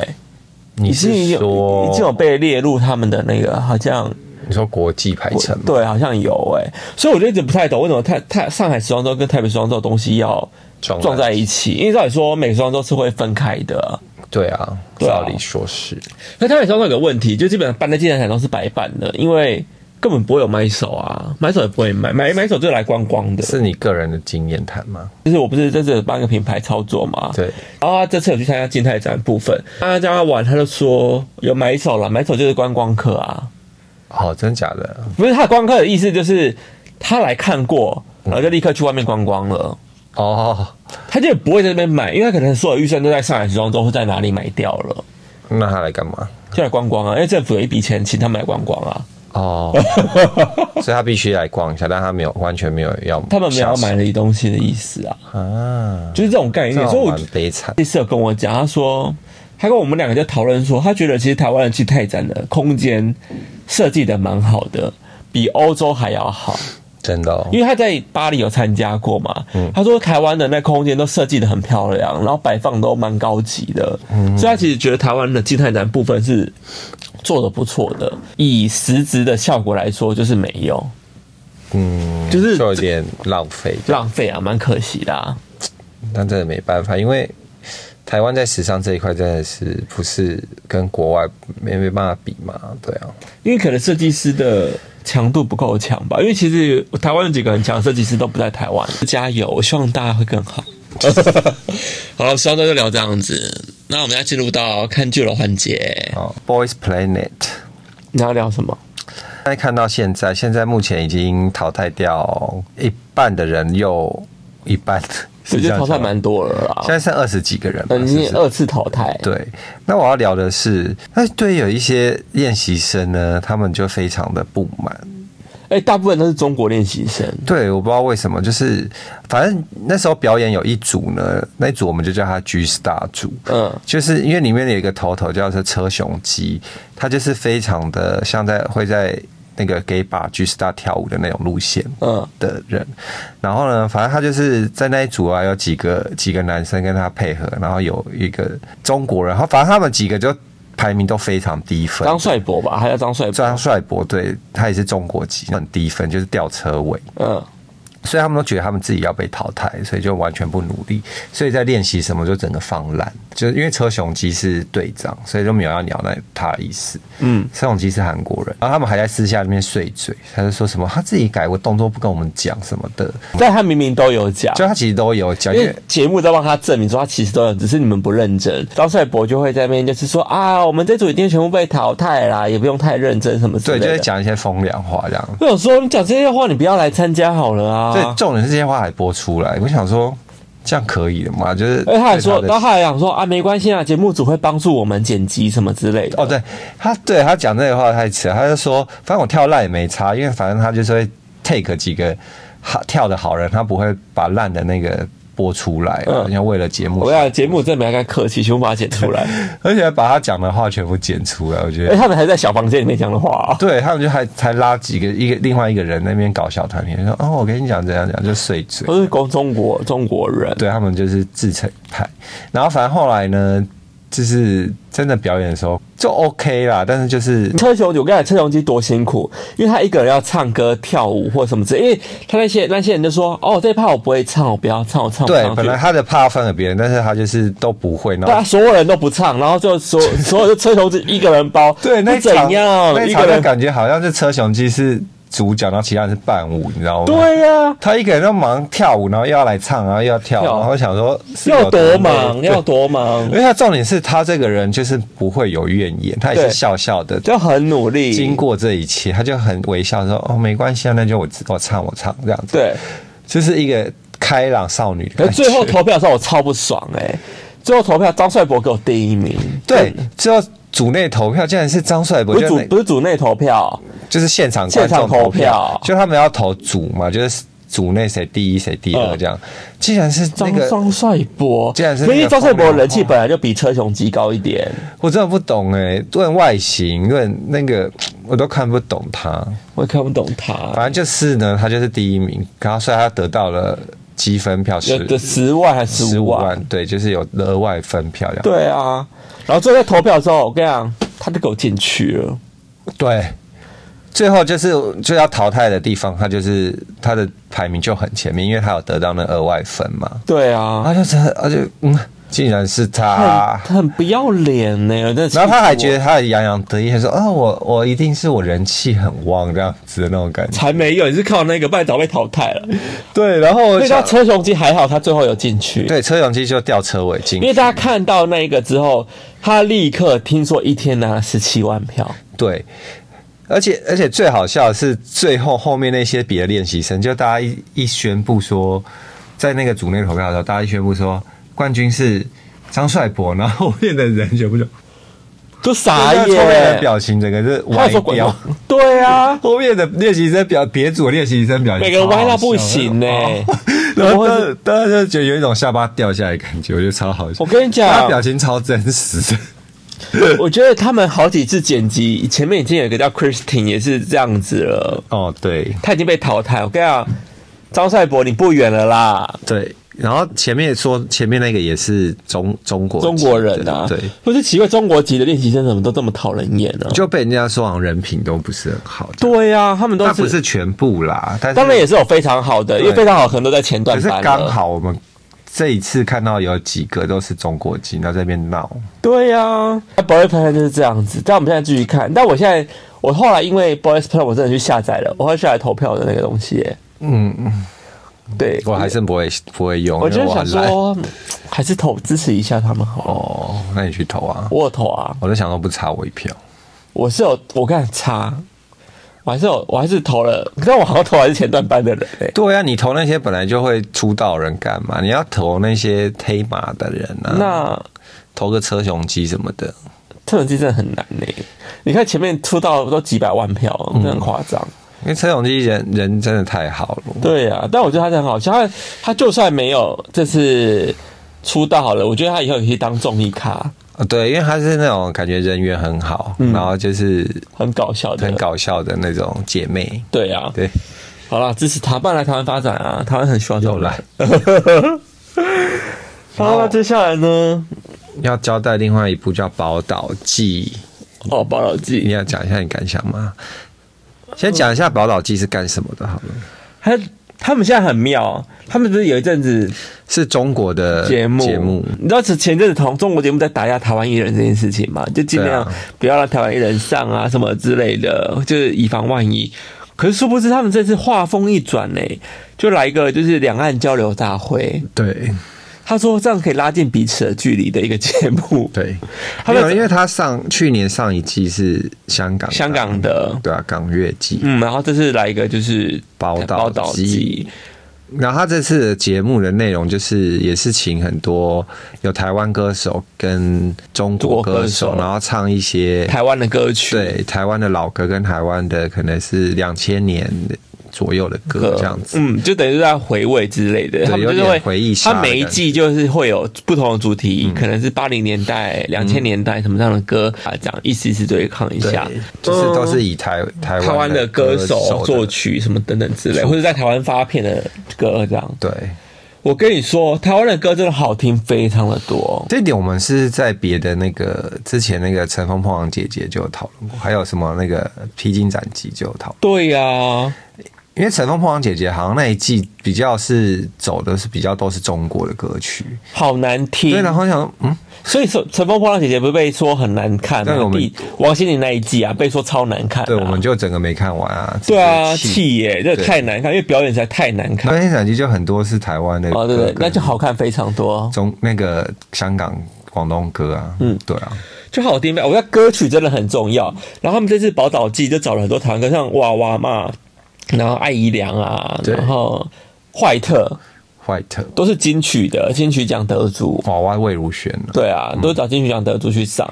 Speaker 3: 你
Speaker 1: 已经有
Speaker 3: 说
Speaker 1: 已经有被列入他们的那个好像
Speaker 3: 你说国际排程吗？
Speaker 1: 对，好像有哎、所以我就一直不太懂为什么台台上海时装周跟台北时装周的东西要
Speaker 3: 撞
Speaker 1: 撞在
Speaker 3: 在
Speaker 1: 一起，因为照理说每个时装周是会分开的啊、
Speaker 3: 对啊，
Speaker 1: 对啊
Speaker 3: 照理说是，
Speaker 1: 那台北商场有个问题，就基本上搬在竞赛场都是白板的，因为根本不会有买手啊，买手也不会买，买买手就来观光的。
Speaker 3: 是你个人的经验谈吗？
Speaker 1: 就是我不是在这帮一个品牌操作嘛，。
Speaker 3: 对，
Speaker 1: 然后他这次有去参加静态展部分，他叫他玩，他就说有买手了，买手就是观光客啊，
Speaker 3: 哦，真假的？
Speaker 1: 不是他的观光客的意思就是他来看过，
Speaker 3: 嗯
Speaker 1: 然后就立刻去外面观光了。
Speaker 3: 哦，
Speaker 1: 他就不会在那边买，因为他可能所有预算都在上海时装周或在哪里买掉了，
Speaker 3: 那他来干嘛？
Speaker 1: 就来观光啊，因为政府有一笔钱请他们来观光啊。
Speaker 3: 哦，所以他必须来逛一下，但他没有完全没有要，
Speaker 1: 他们没有要买你东西的意思啊，
Speaker 3: 啊，
Speaker 1: 就是这种概
Speaker 3: 这
Speaker 1: 念。
Speaker 3: 样
Speaker 1: 所以我
Speaker 3: 蛮悲惨。
Speaker 1: 这次有跟我讲，他说他跟我们两个在讨论说，他觉得其实台湾的去泰展的空间设计的蛮好的，比欧洲还要好，
Speaker 3: 真的、哦
Speaker 1: 因，为他在巴黎有参加过嘛。
Speaker 3: 嗯
Speaker 1: 他说台湾的那空间都设计的很漂亮，然后摆放都蛮高级的，
Speaker 3: 嗯
Speaker 1: 所以他其实觉得台湾的静态展部分是做的不错的，以实质的效果来说就是没有，
Speaker 3: 嗯，
Speaker 1: 就是
Speaker 3: 就有点浪费，
Speaker 1: 浪费啊，蛮可惜的、啊。
Speaker 3: 但真的没办法，因为台湾在时尚这一块真的是不是跟国外没没办法比嘛？对啊，
Speaker 1: 因为可能设计师的强度不够强吧。因为其实台湾有几个很强的设计师都不在台湾，加油！我希望大家会更好。好，希望大家就聊这样子。那我们要进入到看剧的环节，
Speaker 3: 好，Boys Planet。
Speaker 1: 你要聊什么？
Speaker 3: 现在看到现在，现在目前已经淘汰掉一半的人，又一半，
Speaker 1: 我觉
Speaker 3: 是这
Speaker 1: 得
Speaker 3: 样
Speaker 1: 淘汰
Speaker 3: 讲吗
Speaker 1: 蛮多了
Speaker 3: 现
Speaker 1: 啦，
Speaker 3: 在剩二十几个人吧，
Speaker 1: 嗯，你
Speaker 3: 是不
Speaker 1: 也
Speaker 3: 是
Speaker 1: 二次淘汰，
Speaker 3: 对，那我要聊的是，那对有一些练习生呢，他们就非常的不满。
Speaker 1: 哎，大部分都是中国练习生，
Speaker 3: 对，我不知道为什么，就是反正那时候表演有一组呢，那一组我们就叫它 G Star 组，
Speaker 1: 嗯
Speaker 3: 就是因为里面有一个头头叫做车雄基，他就是非常的像在会在那个 gay bar G Star 跳舞的那种路线，
Speaker 1: 嗯
Speaker 3: 的人，然后呢，反正他就是在那一组啊，有几个几个男生跟他配合，然后有一个中国人，然后反正他们几个就排名都非常低分，
Speaker 1: 张帅博吧，还有张帅博，
Speaker 3: 张帅博对他也是中国籍，很低分，就是吊车尾。
Speaker 1: 嗯，
Speaker 3: 所以他们都觉得他们自己要被淘汰，所以就完全不努力，所以在练习什么就整个放烂，就是因为车雄基是队长，所以就没有要鸟那他的意思。
Speaker 1: 嗯，
Speaker 3: 车雄基是韩国人，然后他们还在私下里面碎嘴，他就说什么他自己改过动作不跟我们讲什么的，
Speaker 1: 但他明明都有讲，
Speaker 3: 就他其实都有讲，
Speaker 1: 因
Speaker 3: 因
Speaker 1: 为
Speaker 3: 为
Speaker 1: 节目在帮他证明说他其实都有，只是你们不认真。张帅博就会在那边就是说啊，我们这组一定全部被淘汰啦，也不用太认真什么之类的。
Speaker 3: 对就会。讲一些风凉话这样。
Speaker 1: 我有说你讲这些话，你不要来参加好了
Speaker 3: 所以
Speaker 1: 啊。
Speaker 3: 重点是这些话还播出来，我想说这样可以的吗？就是
Speaker 1: 哎而且他还说，
Speaker 3: 对
Speaker 1: 然后
Speaker 3: 的
Speaker 1: 他还想说啊，没关系啊，节目组会帮助我们剪辑什么之类的。
Speaker 3: 哦，对他对他讲这个话太扯，他就说反正我跳烂也没差，因为反正他就是会 take 几个好跳的好人，他不会把烂的那个播出来，
Speaker 1: 嗯
Speaker 3: 啊因为为了节目
Speaker 1: 我，要节目真的没跟他客气，全部把它剪出来。
Speaker 3: 而且还把他讲的话全部剪出来，我觉
Speaker 1: 哎，
Speaker 3: 得。
Speaker 1: 他们还在小房间里面讲的话啊。
Speaker 3: 对他们就还还拉几个一个另外一个人那边搞小团体，说哦我跟你讲怎样怎样就碎嘴，
Speaker 1: 都是公中国中国人，
Speaker 3: 对他们就是自成一派。然后反正后来呢，就是真的表演的时候就 OK 啦，但是就是
Speaker 1: 车雄，我跟你讲，车雄基多辛苦，因为他一个人要唱歌、跳舞或什么之类。因为他那些那些人就说：“哦，这一趴我不会唱，我不要唱，我唱不
Speaker 3: 对
Speaker 1: 上，去
Speaker 3: 本。来他的怕分给别人，但是他就是都不会，”然
Speaker 1: 大家
Speaker 3: 后。
Speaker 1: 所有人都不唱，然后就所所有的 车雄基一个人包，
Speaker 3: 对，那
Speaker 1: 不
Speaker 3: 一场
Speaker 1: 怎样
Speaker 3: 那一
Speaker 1: 一
Speaker 3: 场
Speaker 1: 个
Speaker 3: 就
Speaker 1: 人
Speaker 3: 感觉好像是车雄基是主角，然后其他人是伴舞，你知道吗？，
Speaker 1: 对呀、
Speaker 3: 他一个人就忙跳舞，然后又要来唱，然后又要跳，
Speaker 1: 跳
Speaker 3: 然后想说是
Speaker 1: 要
Speaker 3: 有
Speaker 1: 多
Speaker 3: 累
Speaker 1: 忙
Speaker 3: 对
Speaker 1: 要多忙
Speaker 3: 因，为他重点是他这个人就是不会有怨言，他也
Speaker 1: 对
Speaker 3: 是笑笑的，
Speaker 1: 就很努力。
Speaker 3: 经过这一切，他就很微笑地说：“哦，没关系啊，那就我自我唱我唱这样子。”
Speaker 1: 对，
Speaker 3: 就是一个开朗少女的
Speaker 1: 可
Speaker 3: 感
Speaker 1: 是
Speaker 3: 觉。
Speaker 1: 最后投票的时候我超不爽哎、最后投票张帅博给我第一名，
Speaker 3: 对，最后组内投票竟然是张帅
Speaker 1: 嗯不是
Speaker 3: 博，就
Speaker 1: 组
Speaker 3: 那
Speaker 1: 不是组内投票，
Speaker 3: 就是现场
Speaker 1: 现
Speaker 3: 观
Speaker 1: 场
Speaker 3: 众
Speaker 1: 投
Speaker 3: 投
Speaker 1: 票
Speaker 3: 就他们要投组嘛，就是组内谁第一谁第二
Speaker 1: 嗯
Speaker 3: 这样。竟然是那
Speaker 1: 张
Speaker 3: 个，
Speaker 1: 张帅博，
Speaker 3: 竟然是那
Speaker 1: 因
Speaker 3: 个
Speaker 1: 为张帅博
Speaker 3: 风哦凉
Speaker 1: 人气
Speaker 3: 话
Speaker 1: 本来就比车雄基高一点。
Speaker 3: 我真的不懂哎，论外形，论那个我都看不懂他。
Speaker 1: 我也看不懂他，
Speaker 3: 反正就是呢，他就是第一名，然后所以他得到了积分票
Speaker 1: 有
Speaker 3: 是
Speaker 1: 的十万还是
Speaker 3: 十
Speaker 1: 五
Speaker 3: 五
Speaker 1: 万？
Speaker 3: 万，对，就是有额外分票这样。
Speaker 1: 对啊，然后最后在投票的时候，我跟你讲，他就给我进去了。
Speaker 3: 对，最后就是就要淘汰的地方，他就是他的排名就很前面，因为他有得到那额外分嘛。
Speaker 1: 对啊，
Speaker 3: 他就真的，而且嗯，竟然是他
Speaker 1: 他，很很不要脸呢、我真的气
Speaker 3: 啊然后他还
Speaker 1: 死我
Speaker 3: 觉得他很洋洋得意，还说啊，我我一定是我人气很旺这样子的那种感觉。
Speaker 1: 才没有，你是靠那个半早被淘汰了。
Speaker 3: 对，然后我
Speaker 1: 所以他
Speaker 3: 想
Speaker 1: 车雄基还好，他最后有进去。，
Speaker 3: 对车永基就掉车尾进
Speaker 1: 因，为大家看到那一个之后，他立刻听说一天拿了十七万票。
Speaker 3: 对。而且而且最好笑的是，最后后面那些别的练习生，就大家一一宣布说，在那个组内投票的时候，大家一宣布说冠军是张帅博，然后后面的人全部就
Speaker 1: 就傻
Speaker 3: 后面的
Speaker 1: 眼，
Speaker 3: 表情整个是
Speaker 1: 他
Speaker 3: 歪
Speaker 1: 有说滚
Speaker 3: 掉。
Speaker 1: 对啊，
Speaker 3: 后面的练习生表别组的练习生表 情
Speaker 1: 每个人
Speaker 3: 超好
Speaker 1: 歪到
Speaker 3: 啊笑
Speaker 1: 不行呢、
Speaker 3: 然后
Speaker 1: 怎么
Speaker 3: 大
Speaker 1: 会是
Speaker 3: 大家就觉得有一种下巴掉下来的感觉，我觉得超好笑。
Speaker 1: 我跟你讲
Speaker 3: 他表情超真实的。
Speaker 1: 我觉得他们好几次剪辑，前面已经有一个叫 Christine 也是这样子了，
Speaker 3: 哦，对
Speaker 1: 他已经被淘汰。我跟你讲，张帅博你不远了啦，
Speaker 3: 对，然后前面也说前面那个也是中中国哦
Speaker 1: 中
Speaker 3: 籍
Speaker 1: 国人啊，
Speaker 3: 对，
Speaker 1: 不是奇怪，中国籍的练习生怎么都这么讨人厌呢、
Speaker 3: 就被人家说好像人品都不是很好。，
Speaker 1: 对呀、他们都
Speaker 3: 但
Speaker 1: 是，
Speaker 3: 不是全部啦，但是
Speaker 1: 当然也是有非常好的，因为非常好可能都在前段
Speaker 3: 可是
Speaker 1: 班了
Speaker 3: 刚，好我们这一次看到有几个都是中国籍，然后在那边闹。
Speaker 1: 对呀、Boys Plan 就是这样子。但我们现在继续看，但我现在我后来因为 Boys Plan 我真的去下载了，我会下来投票的那个东西耶、
Speaker 3: 嗯，嗯，
Speaker 1: 对，
Speaker 3: 我还是不会不会用，
Speaker 1: 我
Speaker 3: 因为
Speaker 1: 就
Speaker 3: 我
Speaker 1: 想
Speaker 3: 很懒。
Speaker 1: 说，还是投支持一下他们好了。
Speaker 3: 哦，那你去投啊！
Speaker 1: 我有投啊，
Speaker 3: 我就想说不差我一票，
Speaker 1: 我是有，我刚才差，我还是有，我还是投了，但我好像投还是前段班的人、欸、
Speaker 3: 对啊，你投那些本来就会出道的人干嘛？你要投那些黑马的人啊，
Speaker 1: 那
Speaker 3: 投个车雄鸡什么的，
Speaker 1: 特种机真的很难呢、你看前面出道都几百万票，
Speaker 3: 嗯
Speaker 1: 真的很夸张。
Speaker 3: 因为车雄鸡人人真的太好了。
Speaker 1: 对呀、但我觉得他真的很好笑，他他就算没有这次出道好了，我觉得他以后也可以当综艺咖，
Speaker 3: 呃对，因为他是那种感觉人缘很好，
Speaker 1: 嗯
Speaker 3: 然后就是
Speaker 1: 很搞笑的。
Speaker 3: 很搞笑的那种姐妹。
Speaker 1: 对啊，
Speaker 3: 对，
Speaker 1: 好啦，支持他，不然来台湾发展啊，台湾很需要这种
Speaker 3: 又来
Speaker 1: 人。好，那接下来呢？
Speaker 3: 要交代另外一部叫《宝岛记》，
Speaker 1: 哦，报道记
Speaker 3: 你要讲一下你感想吗？先讲一下《宝岛记》是干什么的，好了，
Speaker 1: 他他们现在很妙，他们不是有一阵子
Speaker 3: 是中国的
Speaker 1: 节目，
Speaker 3: 呃节目
Speaker 1: 你知道前前阵子同中国节目在打压台湾艺人这件事情嘛？就尽量
Speaker 3: 对啊
Speaker 1: 不要让台湾艺人上啊什么之类的，就是以防万一。可是殊不知他们这次话锋一转呢、就来一个就是两岸交流大会。
Speaker 3: 对
Speaker 1: 他说这样可以拉近彼此的距离的一个节目。
Speaker 3: 对，
Speaker 1: 他
Speaker 3: 没
Speaker 1: 们
Speaker 3: 有，因为他上去年上一季是香港，
Speaker 1: 香港的，
Speaker 3: 对啊，港乐季，
Speaker 1: 嗯，然后这次来一个就是
Speaker 3: 宝岛
Speaker 1: 宝岛
Speaker 3: 记
Speaker 1: 记，
Speaker 3: 然后他这次的节目的内容就是，也是请很多有台湾歌手跟中国歌
Speaker 1: 中国
Speaker 3: 手，
Speaker 1: 歌手
Speaker 3: 然后唱一些
Speaker 1: 台湾的歌曲，
Speaker 3: 对台湾的老歌跟台湾的可能是两千年左右的歌这样子。
Speaker 1: 嗯，就等于是在回味之类的，他们就是
Speaker 3: 有
Speaker 1: 会
Speaker 3: 点回忆杀
Speaker 1: 他
Speaker 3: 的嗯
Speaker 1: 每一季就是会有不同的主题，可能是八零年代、两千年代什么样的歌啊，这样一丝一丝对抗一
Speaker 3: 对
Speaker 1: 下，，
Speaker 3: 就是都是以台台
Speaker 1: 嗯台湾
Speaker 3: 湾
Speaker 1: 的歌
Speaker 3: 歌
Speaker 1: 手
Speaker 3: 的
Speaker 1: 作曲什么等等之类，或者在台湾发片的歌这样。
Speaker 3: 对。
Speaker 1: 我跟你说，台湾的歌真的好听非常的多，
Speaker 3: 这一点我们是在别的那个之前那个《乘风破浪》姐姐就有讨论过，还有什么那个《披荆斩棘》就有讨论。
Speaker 1: 对啊呀、
Speaker 3: 因为《乘风破浪》姐姐好像那一季比较是走的是比较都是中国的歌曲，
Speaker 1: 好难听
Speaker 3: 对，。然后想嗯，
Speaker 1: 所以《乘乘风破浪》姐姐不是被说很难看
Speaker 3: 对我
Speaker 1: 吗？
Speaker 3: 们
Speaker 1: 第王心凌那一季啊，被说超难看、啊。
Speaker 3: 对，我们就整个没看完啊，
Speaker 1: 对啊，
Speaker 3: 直接。
Speaker 1: 气耶，这个
Speaker 3: 对
Speaker 1: 太难看，因为表演实在太难看。
Speaker 3: 那天闪击就很多是台湾的歌
Speaker 1: 哦，对对，
Speaker 3: 跟
Speaker 1: 那就好看非常多，
Speaker 3: 中那个香港广东歌啊，嗯，对啊，
Speaker 1: 就好听呗。我觉得歌曲真的很重要。然后他们这次宝岛季就找了很多台湾歌，像娃娃嘛，然后艾怡良啊，
Speaker 3: 对
Speaker 1: 然后坏特
Speaker 3: 坏特
Speaker 1: 都是金曲的金曲奖得主。
Speaker 3: 娃娃魏如萱啊，
Speaker 1: 对啊，都找金曲奖得主去上。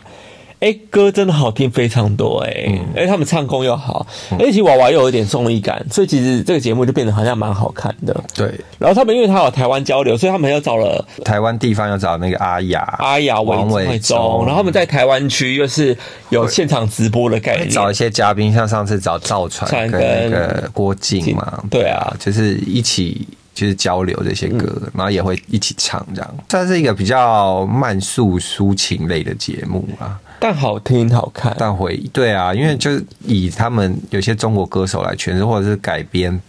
Speaker 1: 哎、歌真的好听非常多哎、诶而且他们唱功又好，而且其实娃娃又有一点综艺感，所以其实这个节目就变得好像蛮好看的。
Speaker 3: 对，
Speaker 1: 然后他们因为他有台湾交流，所以他们又找了
Speaker 3: 台湾地方要找那个阿雅，啊
Speaker 1: 阿雅、
Speaker 3: 王
Speaker 1: 伟
Speaker 3: 伟
Speaker 1: 忠，然后他们在台湾区又是有现场直播的概
Speaker 3: 找一
Speaker 1: 念。
Speaker 3: 些嘉宾，像上次找赵传
Speaker 1: 哎传
Speaker 3: 跟
Speaker 1: 跟
Speaker 3: 那个郭靖嘛，
Speaker 1: 对啊
Speaker 3: 就是一起就是交流这些歌，
Speaker 1: 嗯
Speaker 3: 然后也会一起唱这样，算是一个比较慢速抒情类的节目啊。
Speaker 1: 但好听好看，
Speaker 3: 但回对啊，因为就是以他们有些中国歌手来诠释，或者是改编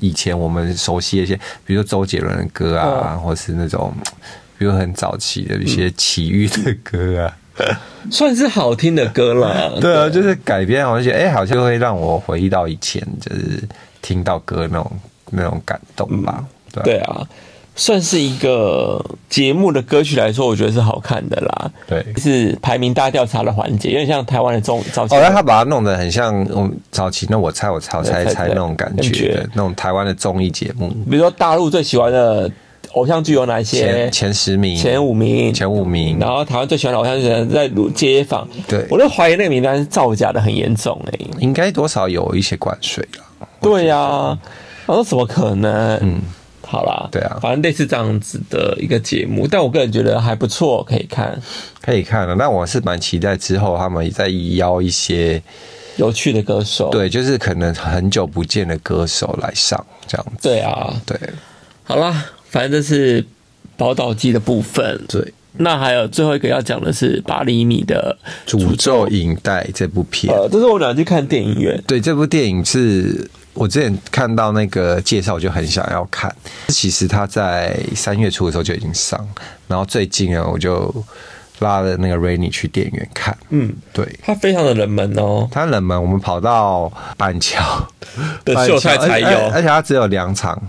Speaker 3: 以前我们熟悉的一些，比如说周杰伦的
Speaker 1: 嗯
Speaker 3: 歌啊，或是那种比如很早期的一些奇遇的歌啊。
Speaker 1: 算是好听的歌了。
Speaker 3: 对啊，就是改编，好像觉得哎、好像会让我回忆到以前，就是听到歌那种那种感动吧。对啊
Speaker 1: 对啊，算是一个节目的歌曲来说，我觉得是好看的啦。
Speaker 3: 对
Speaker 1: 是排名大调查的环节，有点像台湾的中早期
Speaker 3: 哦，。那他把它弄得很像嗯早期那我猜我猜我猜
Speaker 1: 对
Speaker 3: 猜那种感
Speaker 1: 感
Speaker 3: 觉
Speaker 1: 觉
Speaker 3: 的那种台湾的综艺节目
Speaker 1: 比如说大陆最喜欢的偶像剧有哪些
Speaker 3: 前？前十名
Speaker 1: 前五名，
Speaker 3: 前五名，
Speaker 1: 然后台湾最喜欢的偶像剧在录街访，
Speaker 3: 对
Speaker 1: 我都怀疑那个名单是造假的，很严重哎、
Speaker 3: 应该多少有一些灌水啦。
Speaker 1: 对啊呀、我说怎么可能？嗯，好啦，
Speaker 3: 对啊
Speaker 1: 反正类似这样子的一个节目，但我个人觉得还不错，可以看
Speaker 3: 可以看了，但我是蛮期待之后他们再邀一些
Speaker 1: 有趣的歌手。
Speaker 3: 对，就是可能很久不见的歌手来上这样子。
Speaker 1: 对啊，
Speaker 3: 对
Speaker 1: 好啦，反正这是宝岛季的部分。
Speaker 3: 对，
Speaker 1: 那还有最后一个要讲的是八厘米的，
Speaker 3: 诅咒影带这部片，
Speaker 1: 呃，这是我俩去看电影院，
Speaker 3: 对，这部电影是我之前看到那个介绍就很想要看。其实它在三月初的时候就已经上，然后最近啊，我就拉了那个 Rainy 去电影院看。嗯，对。
Speaker 1: 它非常的冷门哦，
Speaker 3: 它冷门，我们跑到板桥
Speaker 1: 的秀才才
Speaker 3: 板桥而
Speaker 1: 有
Speaker 3: 哎而而且它只有两场，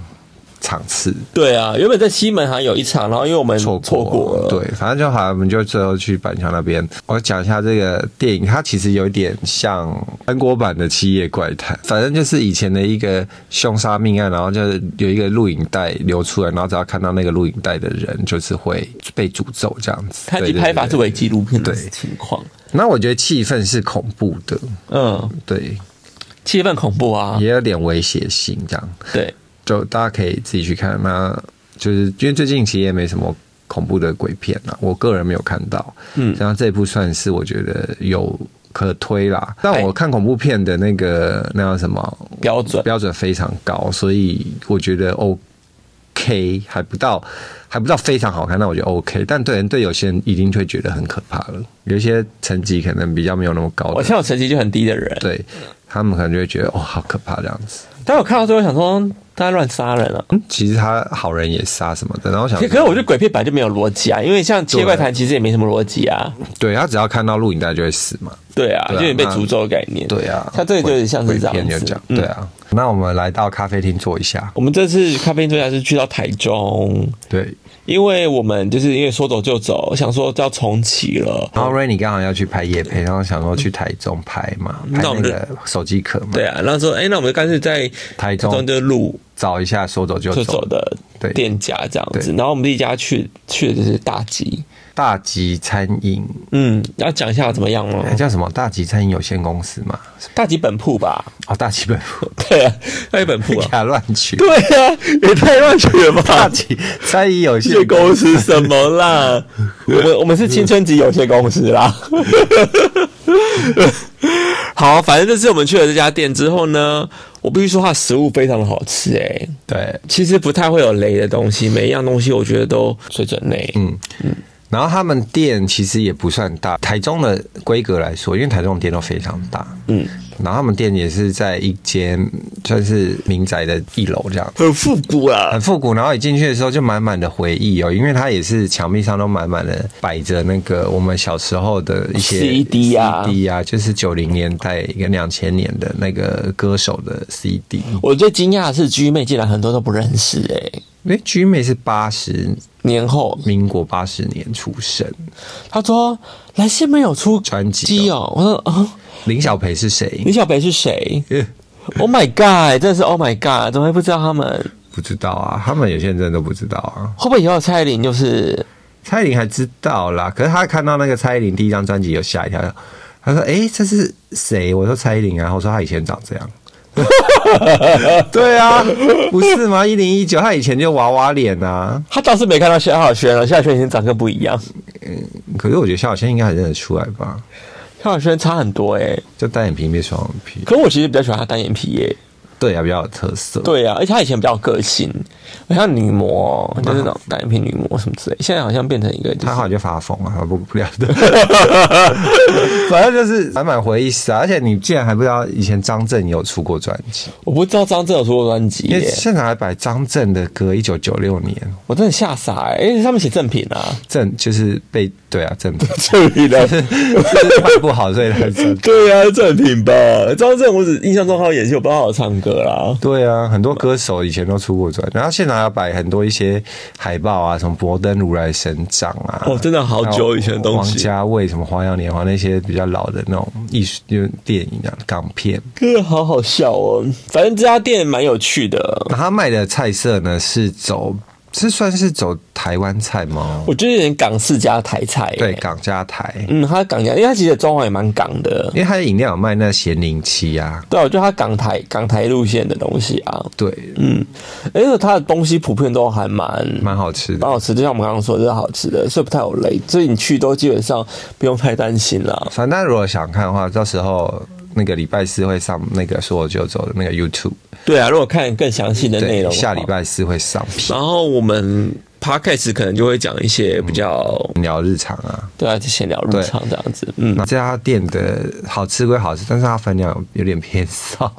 Speaker 3: 场次，
Speaker 1: 对啊，原本在西门好像有一场，然后因为我们
Speaker 3: 错
Speaker 1: 错过了，
Speaker 3: 对，反正就好，我们就最后去板桥那边。我讲一下这个电影，它其实有点像韩国版的《七夜怪谈》，反正就是以前的一个凶杀命案，然后就是有一个录影带流出来，然后只要看到那个录影带的人，就是会被诅咒这样子。
Speaker 1: 它
Speaker 3: 对
Speaker 1: 以拍法是。
Speaker 3: 对对
Speaker 1: 为纪录片的
Speaker 3: 对
Speaker 1: 情况，
Speaker 3: 那我觉得气氛是恐怖的，
Speaker 1: 嗯，
Speaker 3: 对，
Speaker 1: 气氛恐怖啊，
Speaker 3: 也有点威胁性这样。
Speaker 1: 对，
Speaker 3: 就大家可以自己去看。那就是因为最近其实也没什么恐怖的鬼片啦，我个人没有看到。
Speaker 1: 嗯
Speaker 3: 然后这一部算是我觉得有可推啦。但
Speaker 1: 哎
Speaker 3: 我看恐怖片的那个那叫什么
Speaker 1: 标准
Speaker 3: 标准非常高，所以我觉得 OK，还不到还不到非常好看，那我觉得 OK。但对人对有些人一定会觉得很可怕了，有一些成绩可能比较没有那么高
Speaker 1: 我
Speaker 3: 的，
Speaker 1: 像我成绩就很低的人，
Speaker 3: 对他们可能就会觉得哦好可怕这样子。
Speaker 1: 但我看到最后想说，大家乱杀人了、
Speaker 3: 嗯，其实他好人也杀什么的，然后我想
Speaker 1: 可
Speaker 3: 说，
Speaker 1: 可是我觉得鬼片本来就没有逻辑啊，因为像《切怪谈》其实也没什么逻辑啊，
Speaker 3: 对他只要看到录影带就会死嘛。
Speaker 1: 对啊，
Speaker 3: 对啊
Speaker 1: 就有点被诅咒的概念。
Speaker 3: 对啊，
Speaker 1: 它这里就有点像是这
Speaker 3: 鬼
Speaker 1: 样
Speaker 3: 片就
Speaker 1: 子。
Speaker 3: 讲，
Speaker 1: 嗯
Speaker 3: 对啊。那我们来到咖啡厅坐一下，
Speaker 1: 我们这次咖啡因作家是去到台中，
Speaker 3: 对。
Speaker 1: 因为我们就是因为说走就走，想说要重启了。
Speaker 3: 然后 Rainy 刚好要去拍夜配，然后想说去台中拍嘛，
Speaker 1: 嗯
Speaker 3: 拍
Speaker 1: 那我
Speaker 3: 那
Speaker 1: 们就
Speaker 3: 个手机壳嘛，
Speaker 1: 对啊，然后说，哎、那我们就干脆在
Speaker 3: 台中
Speaker 1: 就录
Speaker 3: 找一下说走就
Speaker 1: 就
Speaker 3: 走
Speaker 1: 走的
Speaker 3: 对
Speaker 1: 店家这样子。
Speaker 3: 对
Speaker 1: 然后我们第一家去去的就是大吉，
Speaker 3: 大吉餐饮，
Speaker 1: 嗯，要讲一下怎么样吗
Speaker 3: 哎？叫什么？大吉餐饮有限公司嘛？
Speaker 1: 大吉本铺吧，
Speaker 3: 哦，大 吉本铺，
Speaker 1: 对啊，大吉本铺啊，
Speaker 3: 瞎乱 取。
Speaker 1: 对啊，也太乱取了
Speaker 3: 大
Speaker 1: 吧！
Speaker 3: 吉餐饮 有
Speaker 1: 这
Speaker 3: 限公司，
Speaker 1: 公司什么啦？我们我们是青春期有限公司啦。 好，反正这次我们去了这家店之后呢，我必须说它食物非常的好吃诶、
Speaker 3: 对，
Speaker 1: 其实不太会有雷的东西，每一样东西我觉得都水准内。嗯，
Speaker 3: 然后他们店其实也不算大，台中的规格来说，因为台中的店都非常大，嗯，然后他们店也是在一间算是民宅的一楼这样。
Speaker 1: 很复古啊啦
Speaker 3: 很。复古，然后一进去的时候就满满的回忆哦，因为它也是墙壁上都满满的摆着那个我们小时候的一些
Speaker 1: CD 啊
Speaker 3: CD 啊，就是九零年代跟两千年的那个歌手的 CD。
Speaker 1: 我最惊讶的是居妹竟然很多都不认识诶、
Speaker 3: 哎，居妹是八十，
Speaker 1: 年后
Speaker 3: 民国八十年出生，
Speaker 1: 她说来信没有出
Speaker 3: 专辑
Speaker 1: 哦，我说啊，
Speaker 3: 林小培是谁
Speaker 1: 李？小北是谁
Speaker 3: 呃
Speaker 1: ？Oh my god！真的是 Oh my god！怎么会不知道他们？
Speaker 3: 不知道啊，他们有些人真的都不知道啊。
Speaker 1: 会不会以后蔡依林就是
Speaker 3: 蔡依林还知道啦，可是她看到那个蔡依林第一张专辑有吓一跳，她说：“哎、这是谁？”我说：“蔡依林啊。”我说：“她以前长这样。” 对啊，不是吗？一零一九，她以前就娃娃脸啊。
Speaker 1: 他倒是没看到萧亚轩了，萧亚轩已经长得不一样，
Speaker 3: 可是我觉得萧亚轩应该还认得出来吧？
Speaker 1: 萧亚轩差很多哎、
Speaker 3: 就单眼皮变双眼皮，
Speaker 1: 可我其实比较喜欢他单眼皮耶、
Speaker 3: 对啊，比较有特色。
Speaker 1: 对啊，而且他以前比较有个性，好像女模，就是那种单眼皮女模什么之类，现在好像变成一个就
Speaker 3: 他
Speaker 1: 是
Speaker 3: 好像就发疯了，不不了的。 反正就是满满回忆杀、啊，而且你竟然还不知道以前张震有出过专辑，
Speaker 1: 我不知道张震有出过专辑
Speaker 3: 因为
Speaker 1: 耶，
Speaker 3: 现场还摆张震的歌，一九九六年。
Speaker 1: 我真的吓傻哎、因为上面写正品啊，
Speaker 3: 正就是被对啊正品
Speaker 1: 正品啊的，
Speaker 3: 就是卖不好，所以他正
Speaker 1: 对啊，正品吧。张震我只印象中他有演戏，我不知道他有唱歌啦。
Speaker 3: 对啊，很多歌手以前都出过专，然后现场还要摆很多一些海报啊，什么博登如来神掌啊，
Speaker 1: 哦真的好久以前的东西
Speaker 3: 王家卫什么花样年华那些比较老的那种艺术就是电影啊港片，
Speaker 1: 真的好好笑哦，反正这家店蛮有趣的，
Speaker 3: 那他卖的菜色呢是走是算是走台湾菜吗？
Speaker 1: 我觉得有点港式加台菜、欸。
Speaker 3: 对，港加台，
Speaker 1: 嗯，它港台，因为它其实装潢也蛮港的。
Speaker 3: 因为他的饮料有卖那咸柠七啊，
Speaker 1: 对啊，我觉得它港台港台路线的东西啊，
Speaker 3: 对，
Speaker 1: 嗯，而且它的东西普遍都还蛮
Speaker 3: 蛮好吃的
Speaker 1: 蛮。好吃，就像我们刚刚说的，是好吃的，所以不太有雷，所以你去都基本上不用太担心啦。
Speaker 3: 反正如果想看的话，到时候那个礼拜四会上那个说我就走的那个 YouTube，
Speaker 1: 对啊，如果看更详细的内
Speaker 3: 对，
Speaker 1: 容，
Speaker 3: 下礼，拜四会上片
Speaker 1: 然后我们 podcast 可能就会讲一些比较、
Speaker 3: 聊日常啊。
Speaker 1: 对啊，就闲聊日
Speaker 3: 嗯对
Speaker 1: 常这样子，嗯，
Speaker 3: 那这家店的好吃归好吃，但是它分量有有点偏少，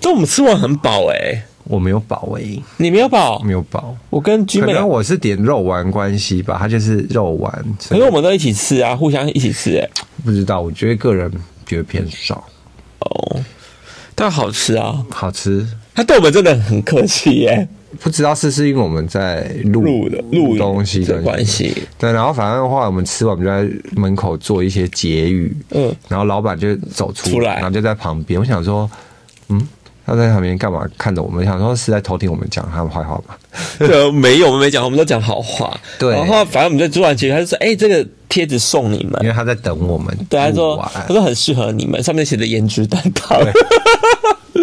Speaker 1: 但我们吃完很饱哎、
Speaker 3: 我没有饱诶、
Speaker 1: 你没有饱，
Speaker 3: 没有饱。
Speaker 1: 我跟居
Speaker 3: 可
Speaker 1: 妹，啊
Speaker 3: 能我是点肉丸关系吧，它就是肉丸，所
Speaker 1: 因
Speaker 3: 以
Speaker 1: 为我们都一起吃啊，互相一起吃哎、
Speaker 3: 不知道。我觉得个人觉得偏少，
Speaker 1: 哦，但好吃啊。
Speaker 3: 好吃。
Speaker 1: 他对我们真的很客气耶。
Speaker 3: 不知道是不是因为我们在录
Speaker 1: 录的录
Speaker 3: 嗯东西
Speaker 1: 的关。系，
Speaker 3: 对，然后反正的话，我们吃完我们就在门口做一些结语，
Speaker 1: 嗯，
Speaker 3: 然后老板就走出
Speaker 1: 出来
Speaker 3: 然后就在旁边。我想说，嗯，他在旁边干嘛看着我们？想说是在偷听我们讲他们坏话吧？
Speaker 1: 对，没有，我们没讲，我们都讲好话。
Speaker 3: 对
Speaker 1: 然后反正我们在做完结，他就说：“哎、这个贴纸送你
Speaker 3: 因
Speaker 1: 们。
Speaker 3: 为他在等我们”
Speaker 1: 哎对，啊他
Speaker 3: 录
Speaker 1: 说：“
Speaker 3: 啊完。
Speaker 1: 他说很适合你们，上面写的颜值担当。”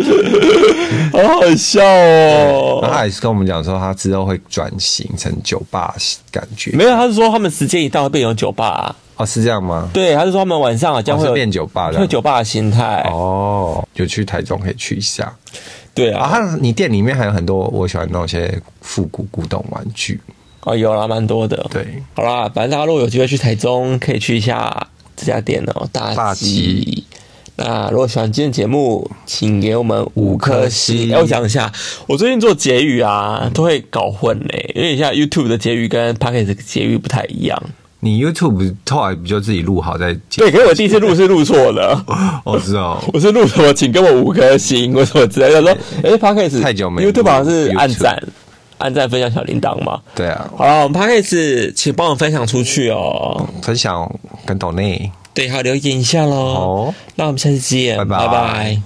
Speaker 1: 好好笑哦！
Speaker 3: 然后他也是跟我们讲说，他之后会转型成酒吧感觉，
Speaker 1: 没有，他是说他们时间一到会变成酒吧、啊
Speaker 3: 哦，是这样吗？
Speaker 1: 对，他是说他们晚上好像
Speaker 3: 哦
Speaker 1: 会有、
Speaker 3: 是变酒吧
Speaker 1: 会有
Speaker 3: 的
Speaker 1: 酒吧的心态。
Speaker 3: 哦，有去台中可以去一下
Speaker 1: 对
Speaker 3: 啊。
Speaker 1: 啊，
Speaker 3: 他你店里面还有很多我喜欢那些复古古董玩具，
Speaker 1: 哦，有啦，蛮多的。，
Speaker 3: 对，
Speaker 1: 好啦，反正大家如果有机会去台中，可以去一下这家店哦，大
Speaker 3: 大
Speaker 1: 吉
Speaker 3: 吉。
Speaker 1: 那如果喜欢今天的节目，请给我们五颗星。
Speaker 3: 五颗星
Speaker 1: 哎我想一下，我最近做结语啊，都会搞混嘞、因为像 YouTube 的结语跟 p o c k e t 的结语不太一样。
Speaker 3: 你 YouTube 后来不就自己录好再 剪？
Speaker 1: 对，
Speaker 3: 哦
Speaker 1: 可是我第一次录是录错了，
Speaker 3: 我知道。
Speaker 1: 我是录什么，请给我五颗星，我怎么知道？ 他说，哎、p o c k e t
Speaker 3: 太久没
Speaker 1: YouTube
Speaker 3: 录
Speaker 1: 好像是
Speaker 3: YouTube
Speaker 1: 按赞、按赞、分享小铃铛嘛。
Speaker 3: 对啊，
Speaker 1: 好了，我们 p o c k e t 请帮我分享出去哦。
Speaker 3: 分享跟抖内，
Speaker 1: 对，好，留言一下喽。
Speaker 3: 好
Speaker 1: 那我们下次见，
Speaker 3: 拜
Speaker 1: 拜
Speaker 3: 拜
Speaker 1: 拜